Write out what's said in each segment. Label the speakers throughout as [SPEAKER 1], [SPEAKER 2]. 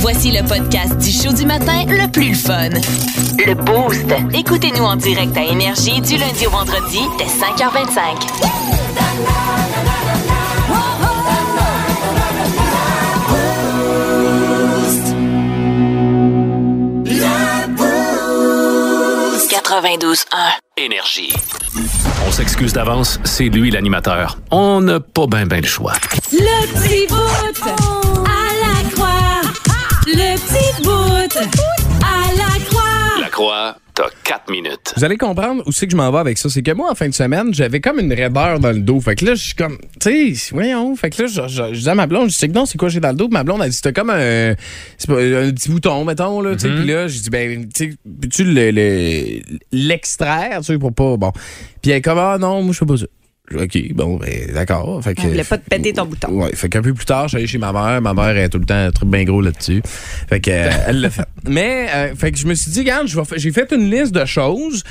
[SPEAKER 1] Voici le podcast du show du matin le plus fun. Le Boost. Écoutez-nous en direct à Énergie du lundi au vendredi dès 5h25.
[SPEAKER 2] Énergie. On s'excuse d'avance, c'est lui l'animateur. On n'a pas ben ben le choix.
[SPEAKER 3] Le petit bout à la croix. Le petit bout à la croix.
[SPEAKER 2] La croix, t'as 4 minutes.
[SPEAKER 4] Vous allez comprendre où c'est que je m'en vais avec ça. C'est que moi, en fin de semaine, j'avais comme une raideur dans le dos. Fait que là, je suis comme, tu sais, voyons. Fait que là, je, je- je dis à ma blonde, je dis que non, c'est quoi j'ai dans le dos? Puis Ma blonde, elle dit, t'as comme un, c'est pas- un petit bouton, mettons, là. tu sais. Puis là, je dis, ben, tu sais, peux-tu le- le- l'extraire, tu sais, pour pas. Bon. Puis elle est comme, ah non, moi, je fais pas ça. Je dis, OK, bon, ben, d'accord. Fait que. Mm.
[SPEAKER 5] Elle voulait pas te péter ton bouton.
[SPEAKER 4] Ouais, fait qu'un peu plus tard, je suis allé chez ma mère. Ma mère est tout le temps un truc bien gros là-dessus. Fait que, euh, elle l'a fait. Mais, euh, fait que je me suis dit, regarde, je vais fa- j'ai fait une liste de choses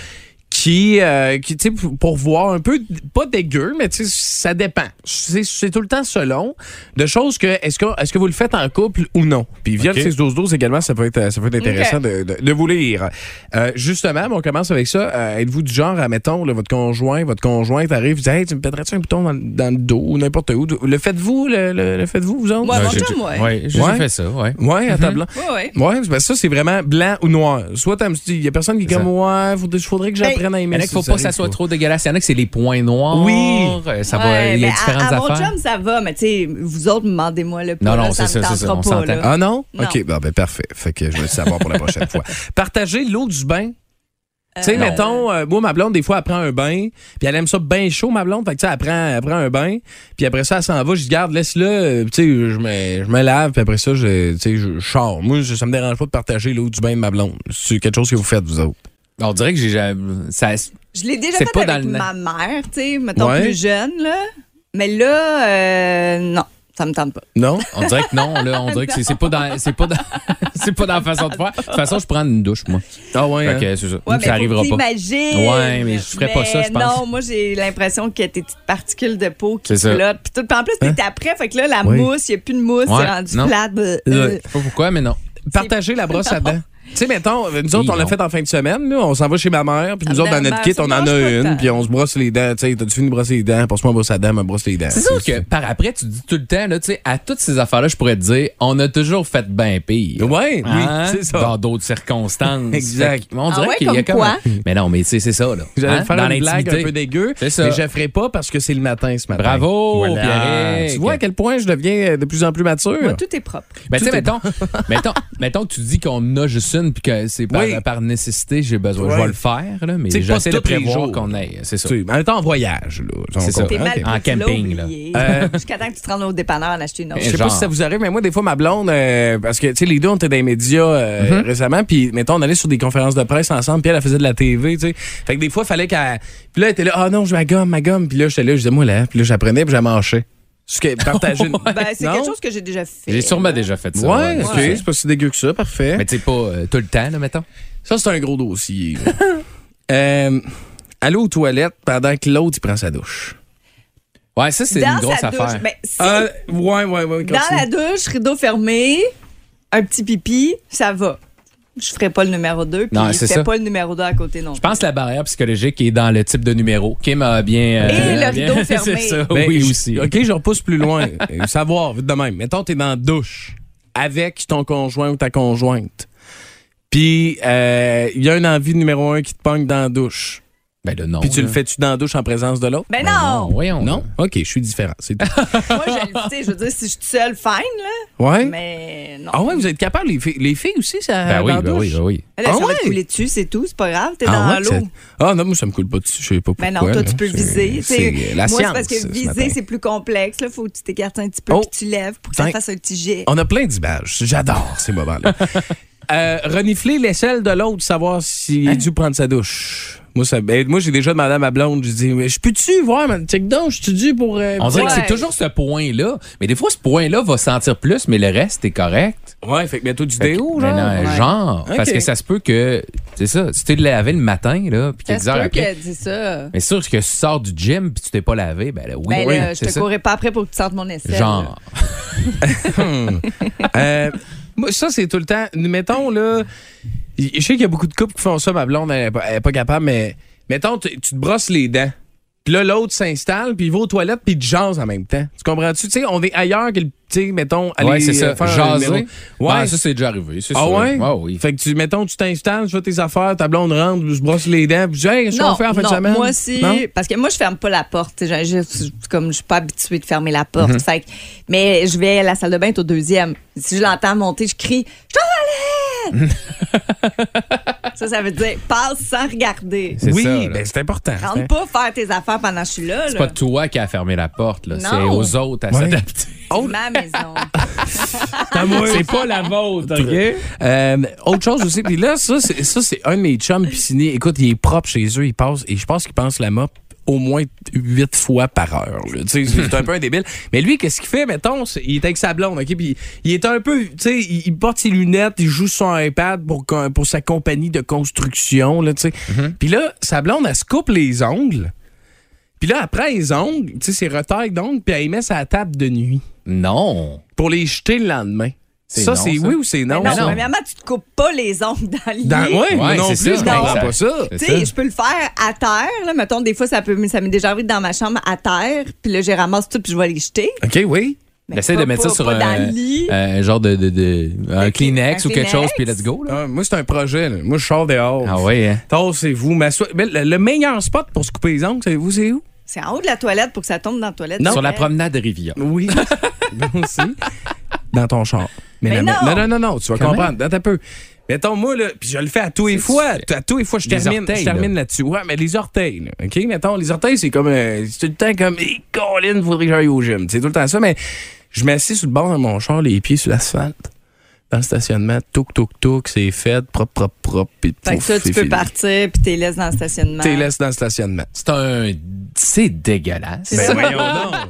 [SPEAKER 4] qui, euh, qui tu sais, pour- pour voir un peu, pas dégueu, mais tu sais, ça dépend. C'est c'est tout le temps selon de choses que, est-ce que, est que vous le faites en couple ou non? Puis via
[SPEAKER 6] Ok.
[SPEAKER 4] le 6-12-12 également, ça peut être, ça peut être intéressant de, de- de vous lire. Euh, justement, on commence avec ça. Euh, Êtes-vous du genre, à, mettons, là, votre conjoint, votre conjointe arrive, vous dit, hey, tu me pèterais-tu un bouton dans, le- dans le dos ou n'importe où? Le faites-vous, le, le- le faites-vous, vous autres?
[SPEAKER 5] Moi, mon
[SPEAKER 6] j'ai-
[SPEAKER 5] chum, Ah, ouais.
[SPEAKER 6] Ouais, j'ai
[SPEAKER 4] Ouais.
[SPEAKER 6] déjà fait ça, ouais.
[SPEAKER 4] Ouais, à table.
[SPEAKER 5] Ouais, ouais.
[SPEAKER 4] Ouais, ben ça, c'est vraiment blanc ou noir. Soit t'as- il y a personne qui est
[SPEAKER 6] C'est
[SPEAKER 4] comme, ouais, faudrait, faudrait
[SPEAKER 5] Ben,
[SPEAKER 4] que j'apprenne à
[SPEAKER 6] Il
[SPEAKER 4] aimer
[SPEAKER 6] y en a
[SPEAKER 4] ça.
[SPEAKER 6] qui faut pas que ça
[SPEAKER 4] arrive,
[SPEAKER 6] soit
[SPEAKER 4] faut-
[SPEAKER 6] trop dégueulasse. Il y en a que c'est les points noirs.
[SPEAKER 4] Oui.
[SPEAKER 6] Euh, Ça va,
[SPEAKER 5] Ouais,
[SPEAKER 6] il y a
[SPEAKER 5] mais
[SPEAKER 6] différentes
[SPEAKER 5] à, à mon
[SPEAKER 6] affaires.
[SPEAKER 5] chum, ça va, mais tu sais, vous autres, demandez-moi le
[SPEAKER 6] Non,
[SPEAKER 5] pas,
[SPEAKER 6] non,
[SPEAKER 5] là,
[SPEAKER 6] c'est
[SPEAKER 5] me
[SPEAKER 6] ça, c'est ça,
[SPEAKER 5] tentera
[SPEAKER 6] on
[SPEAKER 5] pas,
[SPEAKER 6] s'entend.
[SPEAKER 5] là.
[SPEAKER 4] Ah non?
[SPEAKER 5] Non.
[SPEAKER 4] OK, bon, ben parfait. Fait que je vais le savoir pour la prochaine fois. Partager l'eau du bain. Tu sais,
[SPEAKER 5] Euh,
[SPEAKER 4] mettons, euh, moi, ma blonde, des fois, elle prend un bain, puis elle aime ça bien chaud, ma blonde. Fait que, tu sais, elle prend, elle prend un bain, puis après ça, elle s'en va, je dis, garde, laisse-le, euh, tu sais, je me, je me lave, puis après ça, je, tu sais, je sors. Moi, je- ça me dérange pas de partager l'eau du bain de ma blonde. C'est quelque chose que vous faites, vous autres.
[SPEAKER 6] On dirait que j'ai. jamais- Ça,
[SPEAKER 5] Je l'ai déjà
[SPEAKER 6] C'est
[SPEAKER 5] fait
[SPEAKER 6] pas
[SPEAKER 5] avec
[SPEAKER 6] dans le-
[SPEAKER 5] ma mère, tu sais, mettons
[SPEAKER 4] Ouais.
[SPEAKER 5] plus jeune, là. Mais là, euh, non, ça me tente pas.
[SPEAKER 4] Non?
[SPEAKER 6] on dirait que non, là. On dirait que c'est- c'est pas dans. C'est pas dans. c'est pas dans la façon de faire. De toute façon, je prends une douche, moi.
[SPEAKER 4] Ah ouais.
[SPEAKER 6] Fait
[SPEAKER 4] hein?
[SPEAKER 6] que c'est ça.
[SPEAKER 5] Ouais, mais
[SPEAKER 6] ça arrivera pas.
[SPEAKER 5] T'imagines.
[SPEAKER 6] Ouais, mais je ferais pas ça, je
[SPEAKER 5] Mais
[SPEAKER 6] pense.
[SPEAKER 5] Non, moi, j'ai l'impression que tes petites particules de peau qui
[SPEAKER 6] C'est ça. Hein?
[SPEAKER 5] flottent. Puis tout- puis en plus, t'es après, fait que là, la
[SPEAKER 4] Oui.
[SPEAKER 5] mousse, il n'y a plus de mousse,
[SPEAKER 6] Ouais,
[SPEAKER 5] c'est rendu
[SPEAKER 6] non.
[SPEAKER 5] plat. bleu,
[SPEAKER 4] Ouais.
[SPEAKER 5] bleu.
[SPEAKER 6] Je sais pas pourquoi, mais non.
[SPEAKER 4] Partager la brosse à dents. Tu sais, mettons, euh, nous autres,
[SPEAKER 6] Oui,
[SPEAKER 4] on l'a
[SPEAKER 6] non.
[SPEAKER 4] fait en fin de semaine. là. on s'en va chez ma mère, puis nous
[SPEAKER 5] Ah,
[SPEAKER 4] autres, dans
[SPEAKER 5] ma
[SPEAKER 4] notre
[SPEAKER 5] mère,
[SPEAKER 4] kit,
[SPEAKER 5] ça
[SPEAKER 4] on
[SPEAKER 5] me
[SPEAKER 4] en
[SPEAKER 5] mange
[SPEAKER 4] a
[SPEAKER 5] pas tant.
[SPEAKER 4] une, puis on se brosse les dents. Tu sais, t'as-tu fini de brosser les dents? Passe-moi une brosse à dents, me brosse les dents.
[SPEAKER 6] C'est sûr que par après, tu dis tout le temps, là, tu sais, à toutes ces affaires-là, je pourrais te dire, on a toujours fait bien pire.
[SPEAKER 4] Ouais,
[SPEAKER 6] Hein?
[SPEAKER 4] oui, c'est ça.
[SPEAKER 6] Dans d'autres circonstances.
[SPEAKER 4] Exact.
[SPEAKER 6] Fait que, On dirait
[SPEAKER 5] Ah ouais,
[SPEAKER 6] qu'il y a
[SPEAKER 5] comme quoi?
[SPEAKER 6] comme- Mais non, mais tu sais, c'est ça, là.
[SPEAKER 4] J'allais
[SPEAKER 6] Hein?
[SPEAKER 4] faire
[SPEAKER 6] Dans
[SPEAKER 4] une blague un
[SPEAKER 6] l'intimité.
[SPEAKER 4] peu dégueu,
[SPEAKER 6] C'est ça.
[SPEAKER 4] mais je ne ferai pas parce que c'est le matin ce matin.
[SPEAKER 6] Bravo,
[SPEAKER 4] Voilà.
[SPEAKER 6] Pierrick.
[SPEAKER 4] Tu vois à quel point je deviens euh, de plus en plus mature.
[SPEAKER 5] Moi, tout est propre.
[SPEAKER 6] Ben, tu sais,
[SPEAKER 4] Tout est-
[SPEAKER 6] mettons, mettons, mettons que tu dis qu'on en a juste une puis que c'est par,
[SPEAKER 4] Oui.
[SPEAKER 6] par nécessité, j'ai besoin. Je
[SPEAKER 4] Ouais.
[SPEAKER 6] vais le faire, là, mais
[SPEAKER 4] C'est pas
[SPEAKER 6] j'essaie de
[SPEAKER 4] tous les
[SPEAKER 6] prévoir
[SPEAKER 4] jours.
[SPEAKER 6] qu'on aille. C'est ça.
[SPEAKER 4] Tu sais, en même temps, en voyage. là. On
[SPEAKER 6] C'est ça. Ah,
[SPEAKER 4] comprend.
[SPEAKER 5] T'es mal
[SPEAKER 4] Ok.
[SPEAKER 6] En
[SPEAKER 5] pris, tu l'as
[SPEAKER 6] camping, là.
[SPEAKER 5] oublié.
[SPEAKER 4] Euh,
[SPEAKER 5] Jusqu'à temps que tu te rendes au dépanneur en acheter une autre.
[SPEAKER 4] Je sais
[SPEAKER 6] Genre.
[SPEAKER 4] pas si ça vous arrive, mais moi, des fois, ma blonde, euh, parce que, tu sais, les deux, on était dans les médias euh, récemment, puis, mettons, on allait sur des conférences de presse ensemble, puis elle, elle faisait de la TV, tu sais. Fait que des fois, il fallait qu'elle. Puis là, elle était là, ah non, je ma gomme, ma gomme. Puis là, j'étais là, je disais, moi, là, hein. puis là, j'apprenais, puis j'ai mâché. Ce que partager. une-
[SPEAKER 5] Ben, c'est
[SPEAKER 4] Non?
[SPEAKER 5] quelque chose que j'ai déjà fait.
[SPEAKER 6] J'ai sûrement déjà fait ça.
[SPEAKER 4] Ouais,
[SPEAKER 6] ouais.
[SPEAKER 4] ok, c'est pas si dégueu que ça, parfait.
[SPEAKER 6] Mais tu sais, pas euh, tout le temps, là, mettons.
[SPEAKER 4] Ça, c'est un gros dossier. là. euh, aller aux toilettes pendant que l'autre, il prend sa douche.
[SPEAKER 6] Ouais, ça, c'est
[SPEAKER 5] Dans
[SPEAKER 6] une grosse
[SPEAKER 5] sa douche,
[SPEAKER 6] affaire.
[SPEAKER 5] ben, si,
[SPEAKER 4] Ah, ouais, ouais, ouais.
[SPEAKER 5] dans la douche, rideau fermé, un petit pipi, ça va. Je ferai pas le numéro 2, puis
[SPEAKER 6] Non,
[SPEAKER 5] je
[SPEAKER 6] c'est
[SPEAKER 5] ferai
[SPEAKER 6] ça.
[SPEAKER 5] pas le numéro 2 à côté non
[SPEAKER 6] Je pense que la barrière psychologique est dans le type de numéro. Kim a bien.
[SPEAKER 5] Et le
[SPEAKER 6] bien-
[SPEAKER 5] rideau fermé.
[SPEAKER 6] c'est ça,
[SPEAKER 4] Ben,
[SPEAKER 6] oui,
[SPEAKER 4] je-
[SPEAKER 6] aussi.
[SPEAKER 4] OK, je repousse plus loin. Euh, Savoir, vite de même. Mettons, t'es dans la douche avec ton conjoint ou ta conjointe. Puis, euh, il y a une envie numéro un qui te pogne dans la douche.
[SPEAKER 6] Ben, le non.
[SPEAKER 4] Puis, tu le
[SPEAKER 6] là.
[SPEAKER 4] fais-tu dans la douche en présence de l'autre?
[SPEAKER 5] Ben,
[SPEAKER 6] Ben
[SPEAKER 5] non!
[SPEAKER 6] voyons.
[SPEAKER 4] Non? OK, je suis différent. C'est tout.
[SPEAKER 5] Moi, je le sais, je veux dire, si je suis seule, fine, là,
[SPEAKER 4] Ouais?
[SPEAKER 5] mais non.
[SPEAKER 4] Ah ouais, vous êtes capable, les filles, les filles aussi, ça.
[SPEAKER 6] Ben oui,
[SPEAKER 4] dans la
[SPEAKER 6] ben oui,
[SPEAKER 4] douche?
[SPEAKER 6] ben oui.
[SPEAKER 5] Là,
[SPEAKER 4] Ah
[SPEAKER 5] ça va
[SPEAKER 4] ouais?
[SPEAKER 5] te couler dessus, c'est tout, c'est pas grave, t'es
[SPEAKER 4] Ah,
[SPEAKER 5] dans
[SPEAKER 4] ouais,
[SPEAKER 5] l'eau.
[SPEAKER 4] c'est- ah non, moi, ça me coule pas dessus. Je sais pas pourquoi.
[SPEAKER 5] Ben non, toi,
[SPEAKER 4] là.
[SPEAKER 5] tu peux
[SPEAKER 4] C'est-
[SPEAKER 5] viser.
[SPEAKER 4] C'est
[SPEAKER 5] t'sais.
[SPEAKER 4] euh, la
[SPEAKER 5] Moi,
[SPEAKER 4] science.
[SPEAKER 5] c'est parce que
[SPEAKER 4] ce
[SPEAKER 5] viser,
[SPEAKER 4] matin.
[SPEAKER 5] c'est plus complexe. Là, faut que tu t'écartes un petit peu,
[SPEAKER 4] Oh. Ah,
[SPEAKER 5] puis tu lèves pour que ça
[SPEAKER 4] Tiens.
[SPEAKER 5] fasse un petit jet.
[SPEAKER 4] On a plein d'images. J'adore ces moments-là. Euh, renifler l'aisselle de l'autre, savoir s'il
[SPEAKER 6] Hein?
[SPEAKER 4] a dû prendre sa douche. Moi, ça, ben, moi j'ai déjà demandé à ma blonde, je dis, mais je peux-tu voir, man? Check donc, je suis dû pour. euh,
[SPEAKER 6] On dirait que
[SPEAKER 5] Ouais.
[SPEAKER 6] c'est toujours ce point-là. Mais des fois, ce point-là va sentir plus, mais le reste est correct.
[SPEAKER 4] Ouais, fait que bientôt du
[SPEAKER 6] Fait que-
[SPEAKER 4] déo,
[SPEAKER 6] mais
[SPEAKER 4] genre.
[SPEAKER 6] non, hein.
[SPEAKER 5] Ouais.
[SPEAKER 6] genre.
[SPEAKER 4] Ok.
[SPEAKER 6] Parce que ça se peut que. C'est ça. Si tu te lavé le matin, là, puis
[SPEAKER 5] Ça
[SPEAKER 6] quelques
[SPEAKER 5] se
[SPEAKER 6] heures
[SPEAKER 5] peut
[SPEAKER 6] après.
[SPEAKER 5] que c'est ça.
[SPEAKER 6] Mais c'est sûr que si tu sors du gym puis tu t'es pas lavé, ben là, oui,
[SPEAKER 5] Ben
[SPEAKER 6] oui,
[SPEAKER 5] là, je
[SPEAKER 6] c'est
[SPEAKER 5] te
[SPEAKER 6] ça.
[SPEAKER 5] courrais pas après pour que tu sentes mon essai.
[SPEAKER 6] Genre.
[SPEAKER 4] Euh, moi, moi, ça, c'est tout le temps. Mettons, là. Je sais qu'il y a beaucoup de couples qui font ça, ma blonde, elle n'est pas, elle est pas capable, mais. Mettons, tu tu te brosses les dents. Puis là, l'autre s'installe, puis il va aux toilettes, puis il te jase en même temps. Tu comprends-tu? Tu sais, on est ailleurs que le. Tu sais, mettons, aller
[SPEAKER 6] Ouais, c'est
[SPEAKER 4] euh,
[SPEAKER 6] ça.
[SPEAKER 4] faire un
[SPEAKER 6] Jaser.
[SPEAKER 4] numéro. Ouais.
[SPEAKER 6] Ben, ça, c'est déjà arrivé. c'est
[SPEAKER 4] ah
[SPEAKER 6] sûr.
[SPEAKER 4] ouais?
[SPEAKER 6] oui.
[SPEAKER 4] Fait que tu, mettons, tu t'installes, tu fais tes affaires, ta blonde rentre, je brosse les dents, puis je dis, hey, qu'est-ce qu'on fait en fin de
[SPEAKER 5] non,
[SPEAKER 4] semaine?
[SPEAKER 5] Moi aussi,
[SPEAKER 4] Non?
[SPEAKER 5] parce que moi, je ferme pas la porte. tu sais, j'ai- j'ai- comme je suis pas habituée de fermer la porte. Fait que- mais je vais à la salle de bain, t'es au deuxième. Si je l'entends monter, je crie Je suis en toilette! ça, ça veut dire passe sans regarder.
[SPEAKER 6] C'est
[SPEAKER 4] Oui,
[SPEAKER 6] ça, là.
[SPEAKER 4] ben, c'est important.
[SPEAKER 5] Rentre pas faire tes affaires pendant que je suis là.
[SPEAKER 6] C'est
[SPEAKER 5] là.
[SPEAKER 6] pas toi qui as fermé la porte, là.
[SPEAKER 5] Non.
[SPEAKER 6] C'est aux autres à
[SPEAKER 4] Ouais.
[SPEAKER 6] s'adapter.
[SPEAKER 5] C'est ma maison.
[SPEAKER 6] C'est pas la vôtre, OK?
[SPEAKER 4] Euh, autre chose aussi, puis là, ça, c'est, ça, c'est un de mes chums pisciniers. Écoute, il est propre chez eux, il passe, et je pense qu'il pense la mop au moins huit fois par heure. là. Tu sais, C'est un peu un débile. Mais lui, qu'est-ce qu'il fait, mettons, c'est- il est avec sa blonde, OK? Puis il est un peu, tu sais, il, il porte ses lunettes, il joue sur un iPad pour, qu'on- pour sa compagnie de construction, là, tu sais. Puis là, sa blonde, elle se coupe les ongles. Puis là, après les ongles, tu sais, ses retards d'ongles, puis elle les met sur la table de nuit
[SPEAKER 6] Non.
[SPEAKER 4] pour les jeter le lendemain.
[SPEAKER 6] C'est
[SPEAKER 4] Ça,
[SPEAKER 6] non,
[SPEAKER 4] c'est
[SPEAKER 6] ça.
[SPEAKER 4] oui ou c'est non?
[SPEAKER 5] non,
[SPEAKER 6] non.
[SPEAKER 5] premièrement, tu te coupes pas les ongles dans le lit.
[SPEAKER 4] Dans, ouais, moi
[SPEAKER 6] Ouais,
[SPEAKER 4] non
[SPEAKER 6] c'est
[SPEAKER 4] plus,
[SPEAKER 6] ça,
[SPEAKER 4] je
[SPEAKER 6] non.
[SPEAKER 4] comprends pas ça.
[SPEAKER 6] C'est
[SPEAKER 5] Tu
[SPEAKER 6] ça.
[SPEAKER 5] sais, je peux le faire à terre. Là. Mettons, des fois, ça, peut, ça m'est déjà arrivé dans ma chambre à terre, puis là, je les ramasse tout, puis je vais les jeter.
[SPEAKER 4] OK, oui.
[SPEAKER 5] Mais
[SPEAKER 6] Essaye
[SPEAKER 5] pas-
[SPEAKER 6] de mettre
[SPEAKER 5] pas-
[SPEAKER 6] ça sur
[SPEAKER 5] pas
[SPEAKER 6] un, euh,
[SPEAKER 5] dans le lit.
[SPEAKER 6] un genre de, de- de- un Kleenex
[SPEAKER 5] un
[SPEAKER 6] ou quelque chose,
[SPEAKER 5] Kleenex.
[SPEAKER 6] puis let's go. Là.
[SPEAKER 4] Ah, moi, c'est un projet. là. Moi, je sors dehors.
[SPEAKER 6] Ah oui, hein?
[SPEAKER 4] Tassez-vous, m'assoyez. Mais Le, le meilleur spot pour se couper les ongles, savez-vous, c'est où?
[SPEAKER 5] C'est en haut de la toilette pour que ça tombe dans la toilette.
[SPEAKER 6] Sur la
[SPEAKER 5] Mais-
[SPEAKER 6] promenade Rivière.
[SPEAKER 4] Oui. aussi. Dans ton char.
[SPEAKER 5] Mais
[SPEAKER 4] la-
[SPEAKER 5] non!
[SPEAKER 4] non, non, non, tu vas
[SPEAKER 6] Quand
[SPEAKER 4] comprendre. Attends un peu. Mettons, moi, là, puis je le fais à tous les fois. À tous les fois, je
[SPEAKER 6] Des
[SPEAKER 4] termine,
[SPEAKER 6] orteils,
[SPEAKER 4] je termine là-dessus. ouais, mais les orteils, là, OK? Mettons, les orteils, c'est comme. euh, c'est tout le temps comme. Hé, Colin, faudrait que j'aille au gym. C'est tout le temps ça, mais je m'assieds sur le bord de mon char, les pieds sur l'asphalte. Dans le stationnement, touc, touc, touc, c'est fait, propre, propre, propre. puis
[SPEAKER 5] Fait que
[SPEAKER 4] pouf,
[SPEAKER 5] ça,
[SPEAKER 4] c'est
[SPEAKER 5] tu peux
[SPEAKER 4] fini.
[SPEAKER 5] partir, puis t'es laisse dans le stationnement.
[SPEAKER 4] T'es laissé dans le stationnement.
[SPEAKER 6] C'est un. C'est dégueulasse. Ben
[SPEAKER 5] C'est ça.
[SPEAKER 4] voyons donc.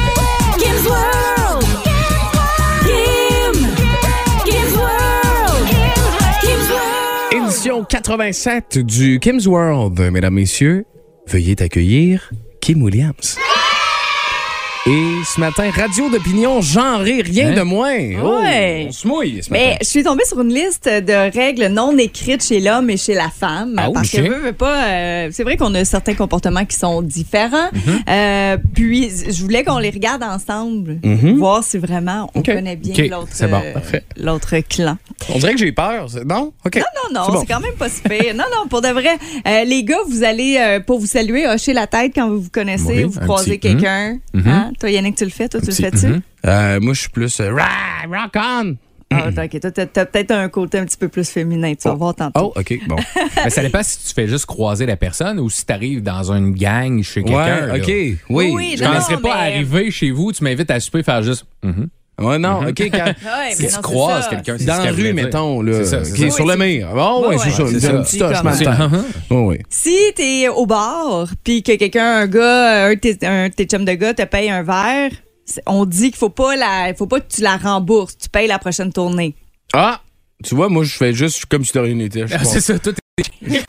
[SPEAKER 3] Kim's World! Kim! Kim's World! Kim's World!
[SPEAKER 4] Édition 87 du Kim's World. Mesdames, messieurs, veuillez accueillir Kim Williams. Et ce matin, radio d'opinion genrée, rien
[SPEAKER 6] Hein?
[SPEAKER 4] de moins. Oh,
[SPEAKER 5] Ouais.
[SPEAKER 4] on se mouille ce matin.
[SPEAKER 5] Mais je suis tombée sur une liste de règles non écrites chez l'homme et chez la femme.
[SPEAKER 6] Ah,
[SPEAKER 5] parce
[SPEAKER 6] ok.
[SPEAKER 5] que veux, veux pas, euh, c'est vrai qu'on a certains comportements qui sont différents.
[SPEAKER 6] Mm-hmm.
[SPEAKER 5] Euh, puis, je voulais qu'on les regarde ensemble, voir si vraiment on
[SPEAKER 4] Ok.
[SPEAKER 5] connaît bien
[SPEAKER 6] Mm-hmm. Ok,
[SPEAKER 5] l'autre,
[SPEAKER 6] c'est bon,
[SPEAKER 5] euh,
[SPEAKER 4] parfait.
[SPEAKER 5] l'autre clan.
[SPEAKER 4] On dirait que j'ai peur. c'est- Non? OK.
[SPEAKER 5] Non, non,
[SPEAKER 4] C'est
[SPEAKER 5] c'est
[SPEAKER 4] bon.
[SPEAKER 5] quand même pas si pire. Non, non, pour de vrai. euh, les gars, vous allez, euh, pour vous saluer, hocher la tête quand vous vous connaissez,
[SPEAKER 6] Oui,
[SPEAKER 5] vous
[SPEAKER 6] un
[SPEAKER 5] croisez
[SPEAKER 6] petit hum. Mhm.
[SPEAKER 5] quelqu'un. Hein? Toi, Yannick, tu le fais, toi, tu le fais-tu?
[SPEAKER 4] Euh, moi, je suis plus euh, ra- rock on.
[SPEAKER 5] Ah, ok, toi, t'as t'as peut-être un côté un petit peu plus féminin, tu vas voir tantôt.
[SPEAKER 4] Oh, OK, bon.
[SPEAKER 6] Mais ça dépend si tu fais juste croiser la personne ou si tu arrives dans une gang chez quelqu'un. là.
[SPEAKER 4] ouais, OK. Oui.
[SPEAKER 5] Oui,
[SPEAKER 6] Je
[SPEAKER 5] Non,
[SPEAKER 6] penserais pas à
[SPEAKER 5] mais-
[SPEAKER 6] arriver chez vous, tu m'invites à souper faire juste. Mhm.
[SPEAKER 4] Ouais, non, OK. Quand,
[SPEAKER 5] Ouais,
[SPEAKER 6] Ah. Si
[SPEAKER 5] mais
[SPEAKER 6] tu
[SPEAKER 5] non, c'est
[SPEAKER 6] croises
[SPEAKER 5] ça.
[SPEAKER 6] quelqu'un, c'est
[SPEAKER 4] dans
[SPEAKER 6] ce
[SPEAKER 4] la
[SPEAKER 6] qu'elle
[SPEAKER 4] rue,
[SPEAKER 6] voulait dire.
[SPEAKER 4] mettons, là,
[SPEAKER 6] C'est ça, c'est
[SPEAKER 4] qui est
[SPEAKER 6] ça.
[SPEAKER 4] sur le
[SPEAKER 5] Oui,
[SPEAKER 4] mur. Oh,
[SPEAKER 5] Ouais,
[SPEAKER 4] ouais, c'est
[SPEAKER 5] ouais,
[SPEAKER 4] ça.
[SPEAKER 5] c'est
[SPEAKER 4] une
[SPEAKER 5] ça.
[SPEAKER 4] petite touche,
[SPEAKER 5] C'est
[SPEAKER 4] ma
[SPEAKER 5] comme-
[SPEAKER 4] tante. Oh, oui.
[SPEAKER 5] Si t'es au bar, puis que quelqu'un, un gars, un de tes, un de tes chums de gars te paye un verre, c'est- on dit qu'il faut pas la, faut pas que tu la rembourses, tu payes la prochaine tournée.
[SPEAKER 4] Ah, tu vois, moi, je fais juste je suis comme si de rien n'était. Je
[SPEAKER 6] Ah,
[SPEAKER 4] pense.
[SPEAKER 6] C'est ça, tout est.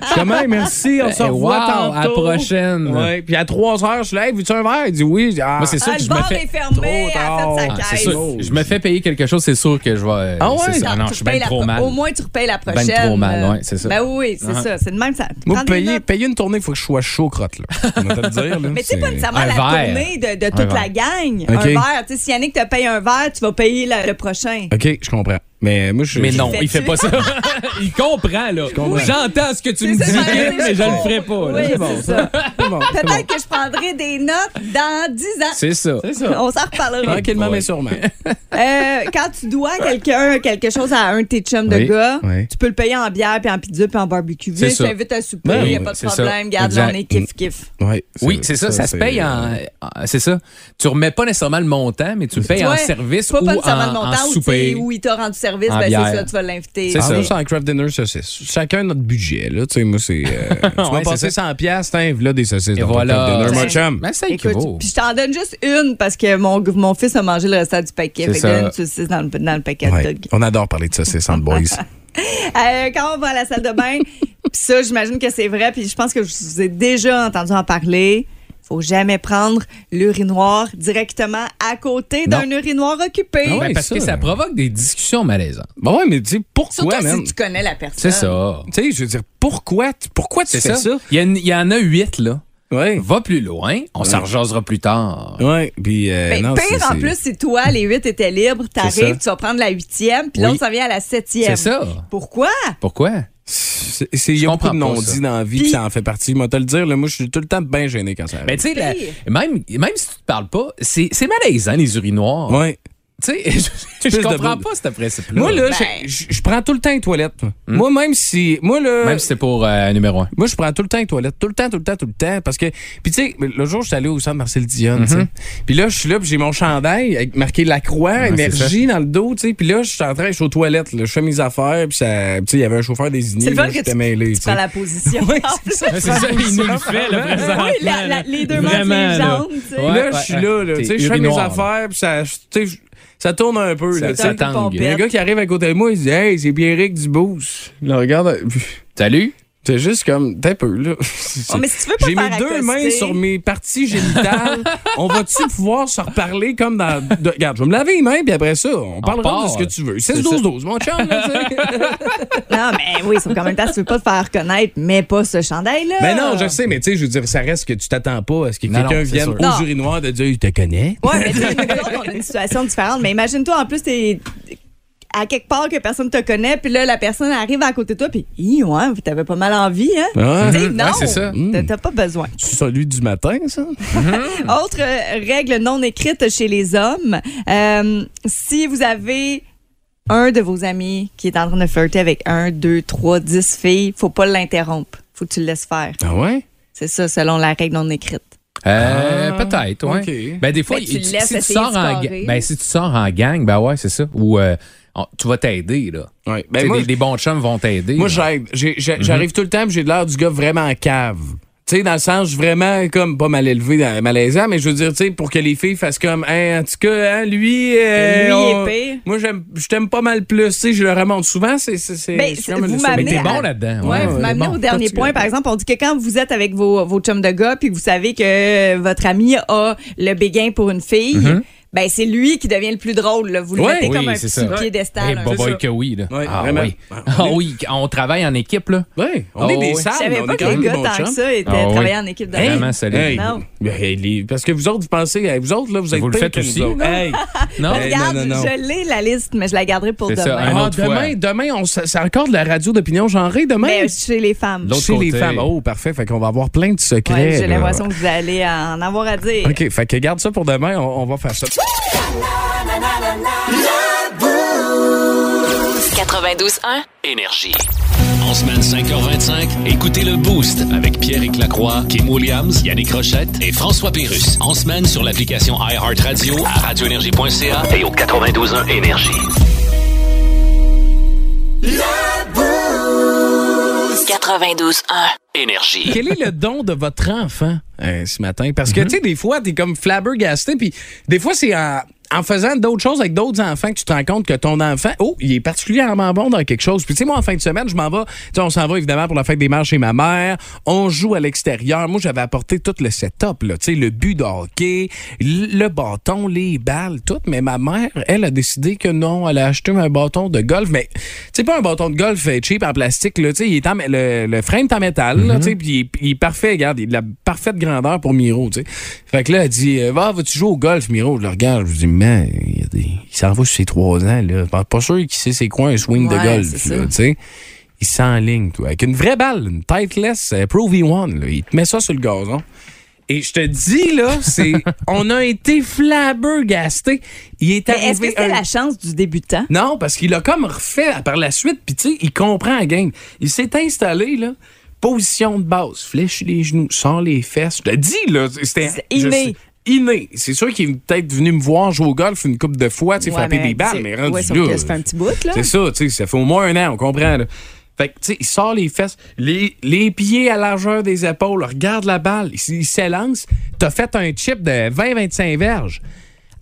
[SPEAKER 4] Je suis comme, Hey, merci, on se
[SPEAKER 6] Eh,
[SPEAKER 4] revoit
[SPEAKER 6] wow,
[SPEAKER 4] tantôt.
[SPEAKER 6] à la prochaine.
[SPEAKER 4] Ouais, puis à 3 heures, je suis là, hey, veux-tu un verre? Il dit oui. Je dis, Ah,
[SPEAKER 6] Moi, c'est sûr
[SPEAKER 5] Ah,
[SPEAKER 6] que
[SPEAKER 5] le
[SPEAKER 6] je me
[SPEAKER 5] bar
[SPEAKER 6] fais. Ah,
[SPEAKER 5] est fermé,
[SPEAKER 4] trop
[SPEAKER 5] elle a fait sa
[SPEAKER 4] tard.
[SPEAKER 5] caisse.
[SPEAKER 6] C'est sûr, je me fais payer quelque chose, c'est sûr que je vais.
[SPEAKER 4] Ah ouais?
[SPEAKER 6] c'est ça.
[SPEAKER 5] Non,
[SPEAKER 6] non,
[SPEAKER 5] tu
[SPEAKER 6] je suis bien
[SPEAKER 5] repayes la
[SPEAKER 6] trop
[SPEAKER 5] pro-
[SPEAKER 6] mal.
[SPEAKER 5] Au moins, tu repayes la
[SPEAKER 6] Ben
[SPEAKER 5] prochaine.
[SPEAKER 6] trop mal,
[SPEAKER 5] euh,
[SPEAKER 6] ouais, c'est ça.
[SPEAKER 5] Ben oui, c'est
[SPEAKER 6] Ah.
[SPEAKER 4] Ouais.
[SPEAKER 5] ça. C'est de même que ça.
[SPEAKER 4] Moi,
[SPEAKER 5] Prends des
[SPEAKER 4] payer,
[SPEAKER 5] notes.
[SPEAKER 4] payer une tournée, il faut que je sois chaud crotte, là. On va te le dire, là.
[SPEAKER 5] Mais tu sais, pas nécessairement
[SPEAKER 6] Un
[SPEAKER 5] la
[SPEAKER 6] verre.
[SPEAKER 5] tournée de, de toute
[SPEAKER 6] verre.
[SPEAKER 5] la gang. Un
[SPEAKER 4] Ok.
[SPEAKER 5] verre. Tu sais, si Yannick te paye un verre, tu vas payer la- le prochain.
[SPEAKER 6] Ah,
[SPEAKER 4] OK, je comprends. Mais moi, je.
[SPEAKER 6] Mais
[SPEAKER 4] je-
[SPEAKER 6] non,
[SPEAKER 5] fais-tu?
[SPEAKER 6] il fait pas ça. il comprend, là. J'entends ce que tu me dis,
[SPEAKER 5] C'est ça, j'allais
[SPEAKER 6] Kim,
[SPEAKER 5] dire,
[SPEAKER 6] mais je le ferai
[SPEAKER 5] comprends.
[SPEAKER 6] pas. là.
[SPEAKER 5] Oui,
[SPEAKER 6] C'est bon.
[SPEAKER 5] c'est ça.
[SPEAKER 4] C'est bon, c'est bon.
[SPEAKER 5] Peut-être que je prendrai des notes dans 10 ans.
[SPEAKER 6] C'est ça.
[SPEAKER 4] C'est ça.
[SPEAKER 5] On s'en reparlera.
[SPEAKER 4] Tranquillement,
[SPEAKER 6] Ouais.
[SPEAKER 4] mais sûrement.
[SPEAKER 5] Euh, quand tu dois quelqu'un quelque chose à un de tes chums de
[SPEAKER 6] Oui,
[SPEAKER 5] gars,
[SPEAKER 4] oui.
[SPEAKER 5] tu peux le payer en bière, puis en pizza, puis en barbecue. Viens,
[SPEAKER 6] C'est
[SPEAKER 5] je
[SPEAKER 6] ça.
[SPEAKER 5] t'invite à souper, il
[SPEAKER 6] Ben
[SPEAKER 5] n'y a
[SPEAKER 6] oui,
[SPEAKER 5] pas de
[SPEAKER 6] c'est ça.
[SPEAKER 5] problème. Garde,
[SPEAKER 6] Exact.
[SPEAKER 5] là, on est kiff-kiff.
[SPEAKER 4] Ouais,
[SPEAKER 6] Oui, c'est ça, ça, se
[SPEAKER 4] c'est- euh,
[SPEAKER 6] paye en. en- C'est ça. Tu remets pas nécessairement le montant, mais tu le payes en
[SPEAKER 5] Ouais,
[SPEAKER 6] service
[SPEAKER 5] pas
[SPEAKER 6] ou
[SPEAKER 5] pas
[SPEAKER 6] en,
[SPEAKER 5] nécessairement le
[SPEAKER 6] en
[SPEAKER 5] montant, ou tu sais,
[SPEAKER 6] souper.
[SPEAKER 5] où il t'a rendu service,
[SPEAKER 6] En
[SPEAKER 5] ben,
[SPEAKER 6] bière.
[SPEAKER 5] c'est ça, tu vas l'inviter.
[SPEAKER 4] C'est
[SPEAKER 6] Ah
[SPEAKER 4] ça,
[SPEAKER 6] oui.
[SPEAKER 4] c'est un craft dinner saucisse. Chacun notre budget, là. Tu sais, moi, c'est. euh, tu m'as
[SPEAKER 6] Ouais,
[SPEAKER 4] passé
[SPEAKER 6] c'est
[SPEAKER 4] 100 piastres, tiens, voilà des saucisses
[SPEAKER 6] Et
[SPEAKER 4] dans ton
[SPEAKER 6] voilà. Ben,
[SPEAKER 4] craft dinner, mon
[SPEAKER 5] Ouais.
[SPEAKER 4] chum.
[SPEAKER 6] Mais ça
[SPEAKER 5] Écoute,
[SPEAKER 6] équivaut.
[SPEAKER 5] puis je t'en donne juste une parce que mon, mon fils a mangé le restant du paquet. Fait
[SPEAKER 6] C'est
[SPEAKER 5] que
[SPEAKER 6] ça.
[SPEAKER 5] donne une saucisse dans le, dans le paquet de
[SPEAKER 4] Ouais.
[SPEAKER 5] dog.
[SPEAKER 4] On adore parler de saucisses entre boys.
[SPEAKER 5] Euh, quand on va à la salle de bain, puis ça, j'imagine que c'est vrai, puis je pense que je vous ai déjà entendu en parler. Faut jamais prendre l'urinoir directement à côté d'un
[SPEAKER 6] Non.
[SPEAKER 5] urinoir occupé.
[SPEAKER 6] Ben,
[SPEAKER 4] ouais,
[SPEAKER 6] parce
[SPEAKER 4] ça.
[SPEAKER 6] que ça provoque des discussions malaisantes.
[SPEAKER 4] Bah ouais, mais tu sais,
[SPEAKER 5] Surtout
[SPEAKER 4] pourquoi, man?
[SPEAKER 5] si tu connais la personne.
[SPEAKER 6] C'est ça.
[SPEAKER 4] Tu sais, je veux dire, pourquoi, tu- pourquoi tu
[SPEAKER 6] C'est
[SPEAKER 4] fais
[SPEAKER 6] ça.
[SPEAKER 4] ça?
[SPEAKER 6] Il y, a une- il y en a huit, là.
[SPEAKER 4] Ouais.
[SPEAKER 6] Va plus loin, on s'en rejasera plus tard.
[SPEAKER 4] Ouais, puis. euh,
[SPEAKER 5] Ben,
[SPEAKER 4] non, c'est-
[SPEAKER 5] pire en
[SPEAKER 4] c'est-
[SPEAKER 5] plus, si toi, les huit étaient libres,
[SPEAKER 4] C'est ça.
[SPEAKER 5] t'arrives, tu vas prendre la huitième, puis
[SPEAKER 6] Oui.
[SPEAKER 5] l'autre s'en vient à la septième.
[SPEAKER 6] C'est ça.
[SPEAKER 5] Pourquoi?
[SPEAKER 6] Pourquoi?
[SPEAKER 4] C'est, c'est- il y
[SPEAKER 6] Je
[SPEAKER 4] a beaucoup de
[SPEAKER 6] comprends pas
[SPEAKER 4] non-dits
[SPEAKER 6] ça.
[SPEAKER 4] dans la vie, puis
[SPEAKER 5] Puis-
[SPEAKER 4] ça en fait partie. Moi, te le dire, là, moi, je suis tout le temps bien gêné quand ça
[SPEAKER 6] Ben,
[SPEAKER 4] arrive.
[SPEAKER 6] tu sais, la-
[SPEAKER 5] Pire.
[SPEAKER 6] même, même si tu te parles pas, c'est c'est malaisant, les urinoirs.
[SPEAKER 4] ouais.
[SPEAKER 6] Tu sais, je, je
[SPEAKER 4] Espèce de
[SPEAKER 6] comprends
[SPEAKER 4] boule.
[SPEAKER 6] pas ce principe-là.
[SPEAKER 4] Moi, là, euh,
[SPEAKER 5] Ben-
[SPEAKER 4] je- je je prends tout le temps les toilettes. moi. Moi, même si. Moi, là.
[SPEAKER 6] Hmm. Même si c'est pour euh, numéro un.
[SPEAKER 4] Moi, je prends tout le temps les toilettes, tout le temps, tout le temps, tout le temps. Parce que, puis tu sais, le jour, je suis allé au centre Marcel Dion, tu sais. Puis là, je suis là, puis j'ai mon chandail avec marqué La Croix,
[SPEAKER 6] Mm-hmm. Ouais,
[SPEAKER 4] énergie dans le dos, tu sais. Puis là, je suis en train, je suis aux toilettes, là. je fais mes affaires, puis ça, tu sais, il y avait un chauffeur désigné,
[SPEAKER 5] C'est le
[SPEAKER 4] là,
[SPEAKER 5] fun que
[SPEAKER 4] j'étais
[SPEAKER 5] tu,
[SPEAKER 4] mêlé,
[SPEAKER 5] tu
[SPEAKER 4] tu sais.
[SPEAKER 5] prends la position.
[SPEAKER 4] Ouais,
[SPEAKER 5] En
[SPEAKER 4] c'est
[SPEAKER 5] plus,
[SPEAKER 4] ça.
[SPEAKER 7] C'est ça, il nous le fait, là, présentement.
[SPEAKER 5] oui, la- la- les deux mains sur les
[SPEAKER 7] Vraiment, là.
[SPEAKER 5] jambes, tu sais.
[SPEAKER 6] Ouais.
[SPEAKER 4] là, je suis là, là,
[SPEAKER 6] T'es
[SPEAKER 4] tu sais, je fais mes
[SPEAKER 6] urinoir,
[SPEAKER 4] affaires, puis ça, tu sais, je- ça tourne un peu, là,
[SPEAKER 6] Ça
[SPEAKER 4] tu sais.
[SPEAKER 5] t'en-
[SPEAKER 6] tangue.
[SPEAKER 4] Il y a un gars qui arrive à côté de moi, il dit, hey, c'est Pierrick Dubousse. Là, regarde,
[SPEAKER 6] Salut.
[SPEAKER 4] c'est juste comme, t'es peu, là.
[SPEAKER 5] Oh, mais si tu veux pas
[SPEAKER 4] J'ai
[SPEAKER 5] te
[SPEAKER 4] mis
[SPEAKER 5] faire
[SPEAKER 4] deux mains
[SPEAKER 5] accoster-
[SPEAKER 4] sur mes parties génitales. on va-tu pouvoir se reparler comme dans. de- regarde, je vais me laver les mains, puis après ça, on, parlera
[SPEAKER 6] part.
[SPEAKER 4] de ce que tu veux.
[SPEAKER 6] C'est
[SPEAKER 4] 16-12-12, mon chum, là, tu sais.
[SPEAKER 5] Non, mais oui, sauf qu'en même temps, tu veux pas te faire connaître, mais pas ce chandail-là.
[SPEAKER 4] Mais Ben non, je sais, mais tu sais, je veux dire, ça reste que tu t'attends pas à ce que
[SPEAKER 6] Non,
[SPEAKER 4] quelqu'un
[SPEAKER 6] non, c'est
[SPEAKER 4] vienne
[SPEAKER 6] sûr.
[SPEAKER 4] aux
[SPEAKER 5] Non.
[SPEAKER 4] urinoirs de dire, il te connaît.
[SPEAKER 5] Ouais, mais tu sais, nous autres, on a une situation différente. Mais imagine-toi, en plus, t'es à quelque part que personne te connaît, puis là, la personne arrive à côté de toi, puis, hi, ouais, t'avais pas mal envie, hein?
[SPEAKER 4] Ah,
[SPEAKER 5] Tu sais,
[SPEAKER 6] Mhm.
[SPEAKER 5] non,
[SPEAKER 6] Ouais, c'est ça.
[SPEAKER 5] t'as- t'as pas besoin.
[SPEAKER 4] c'est celui du matin, ça?
[SPEAKER 5] Autre euh, règle non écrite chez les hommes, euh, si vous avez un de vos amis qui est en train de flirter avec un, deux, trois, dix filles, faut pas l'interrompre. Faut que tu le laisses faire.
[SPEAKER 4] Ah ouais?
[SPEAKER 5] C'est ça, selon la règle non écrite.
[SPEAKER 6] Euh,
[SPEAKER 4] Ah,
[SPEAKER 6] peut-être, ouais.
[SPEAKER 4] ok.
[SPEAKER 6] Ben, des fois,
[SPEAKER 5] Ben, tu
[SPEAKER 6] il-
[SPEAKER 5] le
[SPEAKER 6] si,
[SPEAKER 5] laisses
[SPEAKER 6] tu
[SPEAKER 5] essayer
[SPEAKER 6] sors
[SPEAKER 5] de
[SPEAKER 6] en,
[SPEAKER 5] se barrer.
[SPEAKER 6] ga- ben, si tu sors en gang, ben ouais, c'est ça. Ou euh, on- tu vas t'aider, là.
[SPEAKER 4] Ouais.
[SPEAKER 6] Tu
[SPEAKER 4] Ben,
[SPEAKER 6] sais,
[SPEAKER 4] moi,
[SPEAKER 6] des, des bons chums vont t'aider.
[SPEAKER 4] Moi,
[SPEAKER 6] là.
[SPEAKER 4] j'aide. J'ai-
[SPEAKER 6] Mhm.
[SPEAKER 4] j'ai- J'arrive tout le temps, puis j'ai l'air du gars vraiment en cave. Tu sais, dans le sens, je suis vraiment comme pas mal élevé, dans- malaisant, mais je veux dire, tu sais, pour que les filles fassent comme, Hein, en tout cas, hein, lui. euh,
[SPEAKER 5] Lui, il est
[SPEAKER 4] on-
[SPEAKER 5] pire.
[SPEAKER 4] Moi, j'aime- je t'aime pas mal plus. Tu sais, je le remonte souvent. C'est. c'est- c'est-
[SPEAKER 5] Ben,
[SPEAKER 4] je suis
[SPEAKER 5] c'est-
[SPEAKER 4] comme
[SPEAKER 5] vous
[SPEAKER 4] le-
[SPEAKER 6] Mais
[SPEAKER 5] m'amenez
[SPEAKER 6] t'es
[SPEAKER 5] à-
[SPEAKER 6] bon là-dedans.
[SPEAKER 5] Ouais,
[SPEAKER 6] ouais.
[SPEAKER 5] vous
[SPEAKER 6] T'es
[SPEAKER 5] m'amenez
[SPEAKER 6] bon.
[SPEAKER 5] au dernier point. Par exemple, on dit que quand vous êtes avec vos, vos chums de gars puis que vous savez que votre ami a le béguin pour une fille, ben c'est lui qui devient le plus drôle. là. Vous le
[SPEAKER 4] Ouais,
[SPEAKER 5] mettez
[SPEAKER 6] Mm-hmm. oui,
[SPEAKER 5] comme un
[SPEAKER 6] c'est
[SPEAKER 5] petit
[SPEAKER 6] ça.
[SPEAKER 5] piédestal. hein.
[SPEAKER 6] Eh,
[SPEAKER 5] un
[SPEAKER 6] bah,
[SPEAKER 5] peu.
[SPEAKER 6] boy, que oui, là.
[SPEAKER 4] Ouais,
[SPEAKER 6] ah,
[SPEAKER 4] vraiment.
[SPEAKER 6] oui.
[SPEAKER 4] Ah,
[SPEAKER 6] Ah oui, on travaille en équipe, là.
[SPEAKER 4] Ouais, on est
[SPEAKER 6] Oh,
[SPEAKER 4] des
[SPEAKER 6] oui.
[SPEAKER 4] salles.
[SPEAKER 5] Je savais
[SPEAKER 4] on
[SPEAKER 5] pas
[SPEAKER 4] est
[SPEAKER 5] que
[SPEAKER 4] quand
[SPEAKER 5] les
[SPEAKER 4] même des
[SPEAKER 5] gars,
[SPEAKER 4] bons
[SPEAKER 5] tant que
[SPEAKER 4] chums.
[SPEAKER 5] ça, étaient
[SPEAKER 6] Ah, oui.
[SPEAKER 5] travaillés en équipe de
[SPEAKER 6] Hey,
[SPEAKER 5] hockey.
[SPEAKER 6] Vraiment, salut.
[SPEAKER 4] Hey,
[SPEAKER 5] Non.
[SPEAKER 4] ben, hey, les- parce que vous autres, vous pensez, hey, vous autres, là, vous êtes
[SPEAKER 6] Vous le
[SPEAKER 4] pires
[SPEAKER 6] faites
[SPEAKER 4] que nous
[SPEAKER 6] aussi,
[SPEAKER 4] autres.
[SPEAKER 6] non?
[SPEAKER 4] Hey.
[SPEAKER 6] Non?
[SPEAKER 4] Hey,
[SPEAKER 5] Regarde,
[SPEAKER 4] non, non, non.
[SPEAKER 5] je l'ai la liste, mais je la garderai pour
[SPEAKER 6] C'est ça, hein?
[SPEAKER 5] demain.
[SPEAKER 6] un
[SPEAKER 4] Ah,
[SPEAKER 6] autre
[SPEAKER 4] demain,
[SPEAKER 6] fois.
[SPEAKER 4] demain, on, s- c'est encore de la radio d'opinion genrée demain.
[SPEAKER 5] mais chez les femmes.
[SPEAKER 6] L'autre
[SPEAKER 4] chez les
[SPEAKER 6] côté.
[SPEAKER 4] femmes. Oh, parfait. Fait qu'on va avoir plein de secrets.
[SPEAKER 5] Ouais, J'ai
[SPEAKER 4] là.
[SPEAKER 5] l'impression que vous allez en avoir à dire.
[SPEAKER 4] OK, fait que garde ça pour demain, on, on va faire ça.
[SPEAKER 1] 92.1.
[SPEAKER 2] Énergie. En semaine 5h25, écoutez le Boost avec Pierre Lacroix, Kim Williams, Yannick Rochette et François Pérus. En semaine sur l'application iHeartRadio à radioénergie.ca et au 92.1 Énergie.
[SPEAKER 1] 92.1.
[SPEAKER 2] Énergie.
[SPEAKER 4] Quel est le don de votre enfant euh, ce matin? Parce que, tu sais, des fois, t'es comme flabbergasté, puis des fois, c'est en, en faisant d'autres choses avec d'autres enfants que tu te rends compte que ton enfant, oh, il est particulièrement bon dans quelque chose. Puis, tu sais, moi, en fin de semaine, je m'en vais, tu sais, on s'en va évidemment pour la fête des mères chez ma mère, on joue à l'extérieur. Moi, j'avais apporté tout le setup, là, tu sais, le but de hockey, l- le bâton, les balles, tout. Mais ma mère, elle a décidé que non, elle a acheté un bâton de golf, mais, tu sais, pas un bâton de golf euh, cheap en plastique, là, tu sais, il est en- le, le frame est en métal, là, tu sais, puis il est- il est parfait, regarde, il est de la parfaite grandeur pour Miro, tu sais. Fait que là, elle dit, euh, va, vas-tu jouer au golf, Miro? Je le regarde, je lui dis, mais il, y a des- il s'en va sur ses trois ans, là. Je pense Pas sûr qu'il sait c'est quoi un swing de
[SPEAKER 5] Ouais,
[SPEAKER 4] golf,
[SPEAKER 5] c'est
[SPEAKER 4] là,
[SPEAKER 5] ça.
[SPEAKER 4] tu sais. Il s'enligne, toi, avec une vraie balle, une tightless euh, Pro V1, là. Il te met ça sur le gazon. Et je te dis, là, c'est. on a été flabbergasté. Il est
[SPEAKER 5] Mais Est-ce que
[SPEAKER 4] arrivé.
[SPEAKER 5] c'est
[SPEAKER 4] un-
[SPEAKER 5] la chance du débutant?
[SPEAKER 4] non, parce qu'il a comme refait par la suite, puis tu sais, il comprend la game. Il s'est installé, là, position de base, flèche les genoux, sans les fesses. Je te dis, là, c'était...
[SPEAKER 5] C'est inné.
[SPEAKER 4] je sais- inné. C'est sûr qu'il est peut-être venu me voir jouer au golf une couple de fois, tu sais,
[SPEAKER 5] Ouais,
[SPEAKER 4] frapper
[SPEAKER 5] mais
[SPEAKER 4] des balles,
[SPEAKER 5] tu-
[SPEAKER 4] mais rendu
[SPEAKER 5] ouais, sauf
[SPEAKER 4] là,
[SPEAKER 5] que ça fait un petit bout, là.
[SPEAKER 4] C'est ça, tu sais, ça fait au moins un an, on comprend. là. Fait que, tu sais, il sort les fesses, les, les pieds à largeur des épaules, regarde la balle, il, s- il s'élance. euh, T'as fait un chip de 20-25 verges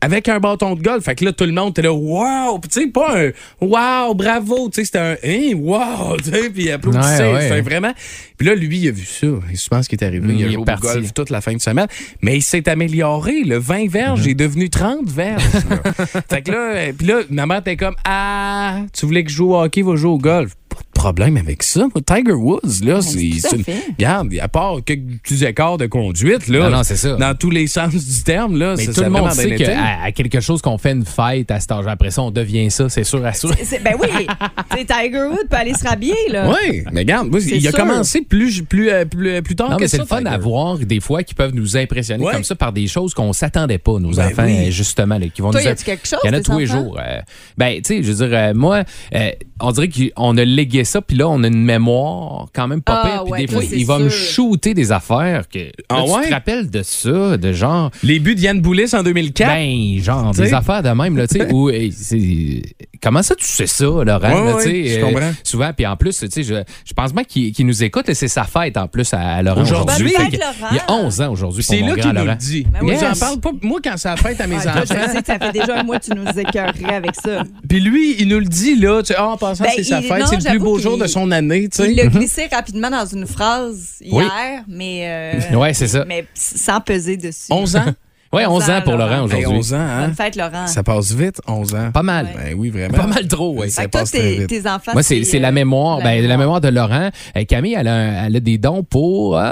[SPEAKER 4] avec un bâton de golf. Fait que là, tout le monde, t'es là, wow! Puis, tu sais, pas un wow, bravo! Tu sais, c'était un hein, wow! Tu sais, puis il applaudissait.
[SPEAKER 6] Ouais, ouais.
[SPEAKER 4] C'était vraiment. Puis là, lui, il a vu ça. Il se pense qu'il est arrivé.
[SPEAKER 6] Mm,
[SPEAKER 4] il a
[SPEAKER 6] il est
[SPEAKER 4] joué au
[SPEAKER 6] parti.
[SPEAKER 4] golf toute la fin de semaine. Mais il s'est amélioré. Le 20
[SPEAKER 6] Mm-hmm.
[SPEAKER 4] verges est devenu 30 verges. là. fait que là, euh, puis là, ma mère était comme Ah, tu voulais que je joue au hockey, va jouer au golf. Pas de problème avec ça. moi. Tiger Woods, là, c'est.
[SPEAKER 5] tout à
[SPEAKER 4] c'est une-
[SPEAKER 5] fait.
[SPEAKER 4] Regarde, à part quelques petits écarts de conduite, là.
[SPEAKER 6] Non, non, c'est ça.
[SPEAKER 4] Dans tous les sens du terme, là.
[SPEAKER 6] Mais
[SPEAKER 4] ça- ça
[SPEAKER 6] tout
[SPEAKER 4] a
[SPEAKER 6] le monde
[SPEAKER 4] vraiment bien
[SPEAKER 6] sait
[SPEAKER 4] été.
[SPEAKER 6] qu'à à quelque chose qu'on fait une fête à cet âge, après ça, on devient ça, c'est sûr, assuré.
[SPEAKER 5] C'est- Ben oui, Tu sais, Tiger Wood peut aller se rhabiller, là.
[SPEAKER 4] Oui, mais regarde, moi, il a
[SPEAKER 5] sûr.
[SPEAKER 4] commencé plus, plus, euh, plus, euh, plus tard
[SPEAKER 6] Non,
[SPEAKER 4] que
[SPEAKER 6] mais c'est
[SPEAKER 4] ça,
[SPEAKER 6] le fun
[SPEAKER 4] Tiger.
[SPEAKER 6] à voir des fois qui peuvent nous impressionner
[SPEAKER 4] Ouais.
[SPEAKER 6] comme ça par des choses qu'on s'attendait pas, nos
[SPEAKER 4] Ben
[SPEAKER 6] enfants,
[SPEAKER 4] oui.
[SPEAKER 6] euh, justement, là, qui vont
[SPEAKER 5] Toi,
[SPEAKER 6] nous
[SPEAKER 5] y a-tu quelque chose,
[SPEAKER 6] Il y en a
[SPEAKER 5] tes
[SPEAKER 6] tous les
[SPEAKER 5] enfants?
[SPEAKER 6] jours. euh, ben, tu sais, je veux dire, euh, moi, euh, on dirait qu'on a légué ça, puis là, on a une mémoire quand même pas
[SPEAKER 5] Ah,
[SPEAKER 6] pire. Puis
[SPEAKER 5] ouais,
[SPEAKER 6] des
[SPEAKER 5] ça,
[SPEAKER 6] fois,
[SPEAKER 5] c'est
[SPEAKER 6] il va me
[SPEAKER 5] sûr.
[SPEAKER 6] shooter des affaires que. là,
[SPEAKER 4] Ah
[SPEAKER 6] tu
[SPEAKER 4] ouais?
[SPEAKER 6] te rappelles de ça, de genre.
[SPEAKER 4] Les buts d'Yann Boulis en 2004.
[SPEAKER 6] Ben, genre,
[SPEAKER 4] T'sais?
[SPEAKER 6] des affaires de même, là, tu sais, où, hey, c'est- comment ça, tu sais ça, Laurent,
[SPEAKER 4] Ouais,
[SPEAKER 6] là, tu sais, euh,
[SPEAKER 4] ouais, je comprends.
[SPEAKER 6] souvent, puis en plus, tu sais, je, je pense même qu'il qu'il nous écoute, et c'est sa fête, en plus, à, à Laurent,
[SPEAKER 4] Aujourd'hui.
[SPEAKER 6] Fait
[SPEAKER 5] Bonne
[SPEAKER 6] que-
[SPEAKER 5] fête, Laurent.
[SPEAKER 6] Il y a 11 ans, aujourd'hui, pour
[SPEAKER 4] c'est
[SPEAKER 6] mon
[SPEAKER 4] là
[SPEAKER 6] grand
[SPEAKER 4] qu'il nous
[SPEAKER 6] Laurent.
[SPEAKER 4] le dit.
[SPEAKER 5] Ben oui.
[SPEAKER 4] Moi, j'en
[SPEAKER 5] Yes.
[SPEAKER 4] parle pas. Moi, quand ça fête à mes
[SPEAKER 5] Ah, toi,
[SPEAKER 4] enfants.
[SPEAKER 5] je sais que ça fait déjà un mois que tu nous écœurerais avec ça.
[SPEAKER 4] Puis lui, il nous le dit, là. Tu sais, Ah, en pensant
[SPEAKER 5] Ben,
[SPEAKER 4] que c'est sa
[SPEAKER 5] il-
[SPEAKER 4] fête,
[SPEAKER 5] non,
[SPEAKER 4] c'est le plus
[SPEAKER 5] j'avoue
[SPEAKER 4] beau
[SPEAKER 5] qu'il-
[SPEAKER 4] jour de son année, tu
[SPEAKER 5] Il l'a
[SPEAKER 4] sais.
[SPEAKER 5] glissé rapidement dans une phrase
[SPEAKER 6] Mhm. Oui.
[SPEAKER 5] hier, mais, euh,
[SPEAKER 6] Ouais, c'est ça.
[SPEAKER 5] mais sans peser dessus.
[SPEAKER 4] 11 ans.
[SPEAKER 6] Ouais, 11 ans pour
[SPEAKER 5] Laurent.
[SPEAKER 6] Laurent,
[SPEAKER 4] Hey,
[SPEAKER 6] aujourd'hui.
[SPEAKER 4] 11 ans, hein.
[SPEAKER 5] Bonne fête, Laurent.
[SPEAKER 4] Ça passe vite, 11 ans.
[SPEAKER 6] Pas mal.
[SPEAKER 4] Ben oui, vraiment.
[SPEAKER 6] Pas mal trop, ouais.
[SPEAKER 4] Ça
[SPEAKER 5] Fait que toi,
[SPEAKER 4] passe très
[SPEAKER 5] tes,
[SPEAKER 4] vite.
[SPEAKER 5] tes enfants.
[SPEAKER 6] Moi, c'est c'est la
[SPEAKER 5] euh,
[SPEAKER 6] mémoire.
[SPEAKER 5] la
[SPEAKER 6] ben, la
[SPEAKER 5] mémoire.
[SPEAKER 6] mémoire de Laurent. Euh, Camille, elle a, un- elle a des dons pour euh,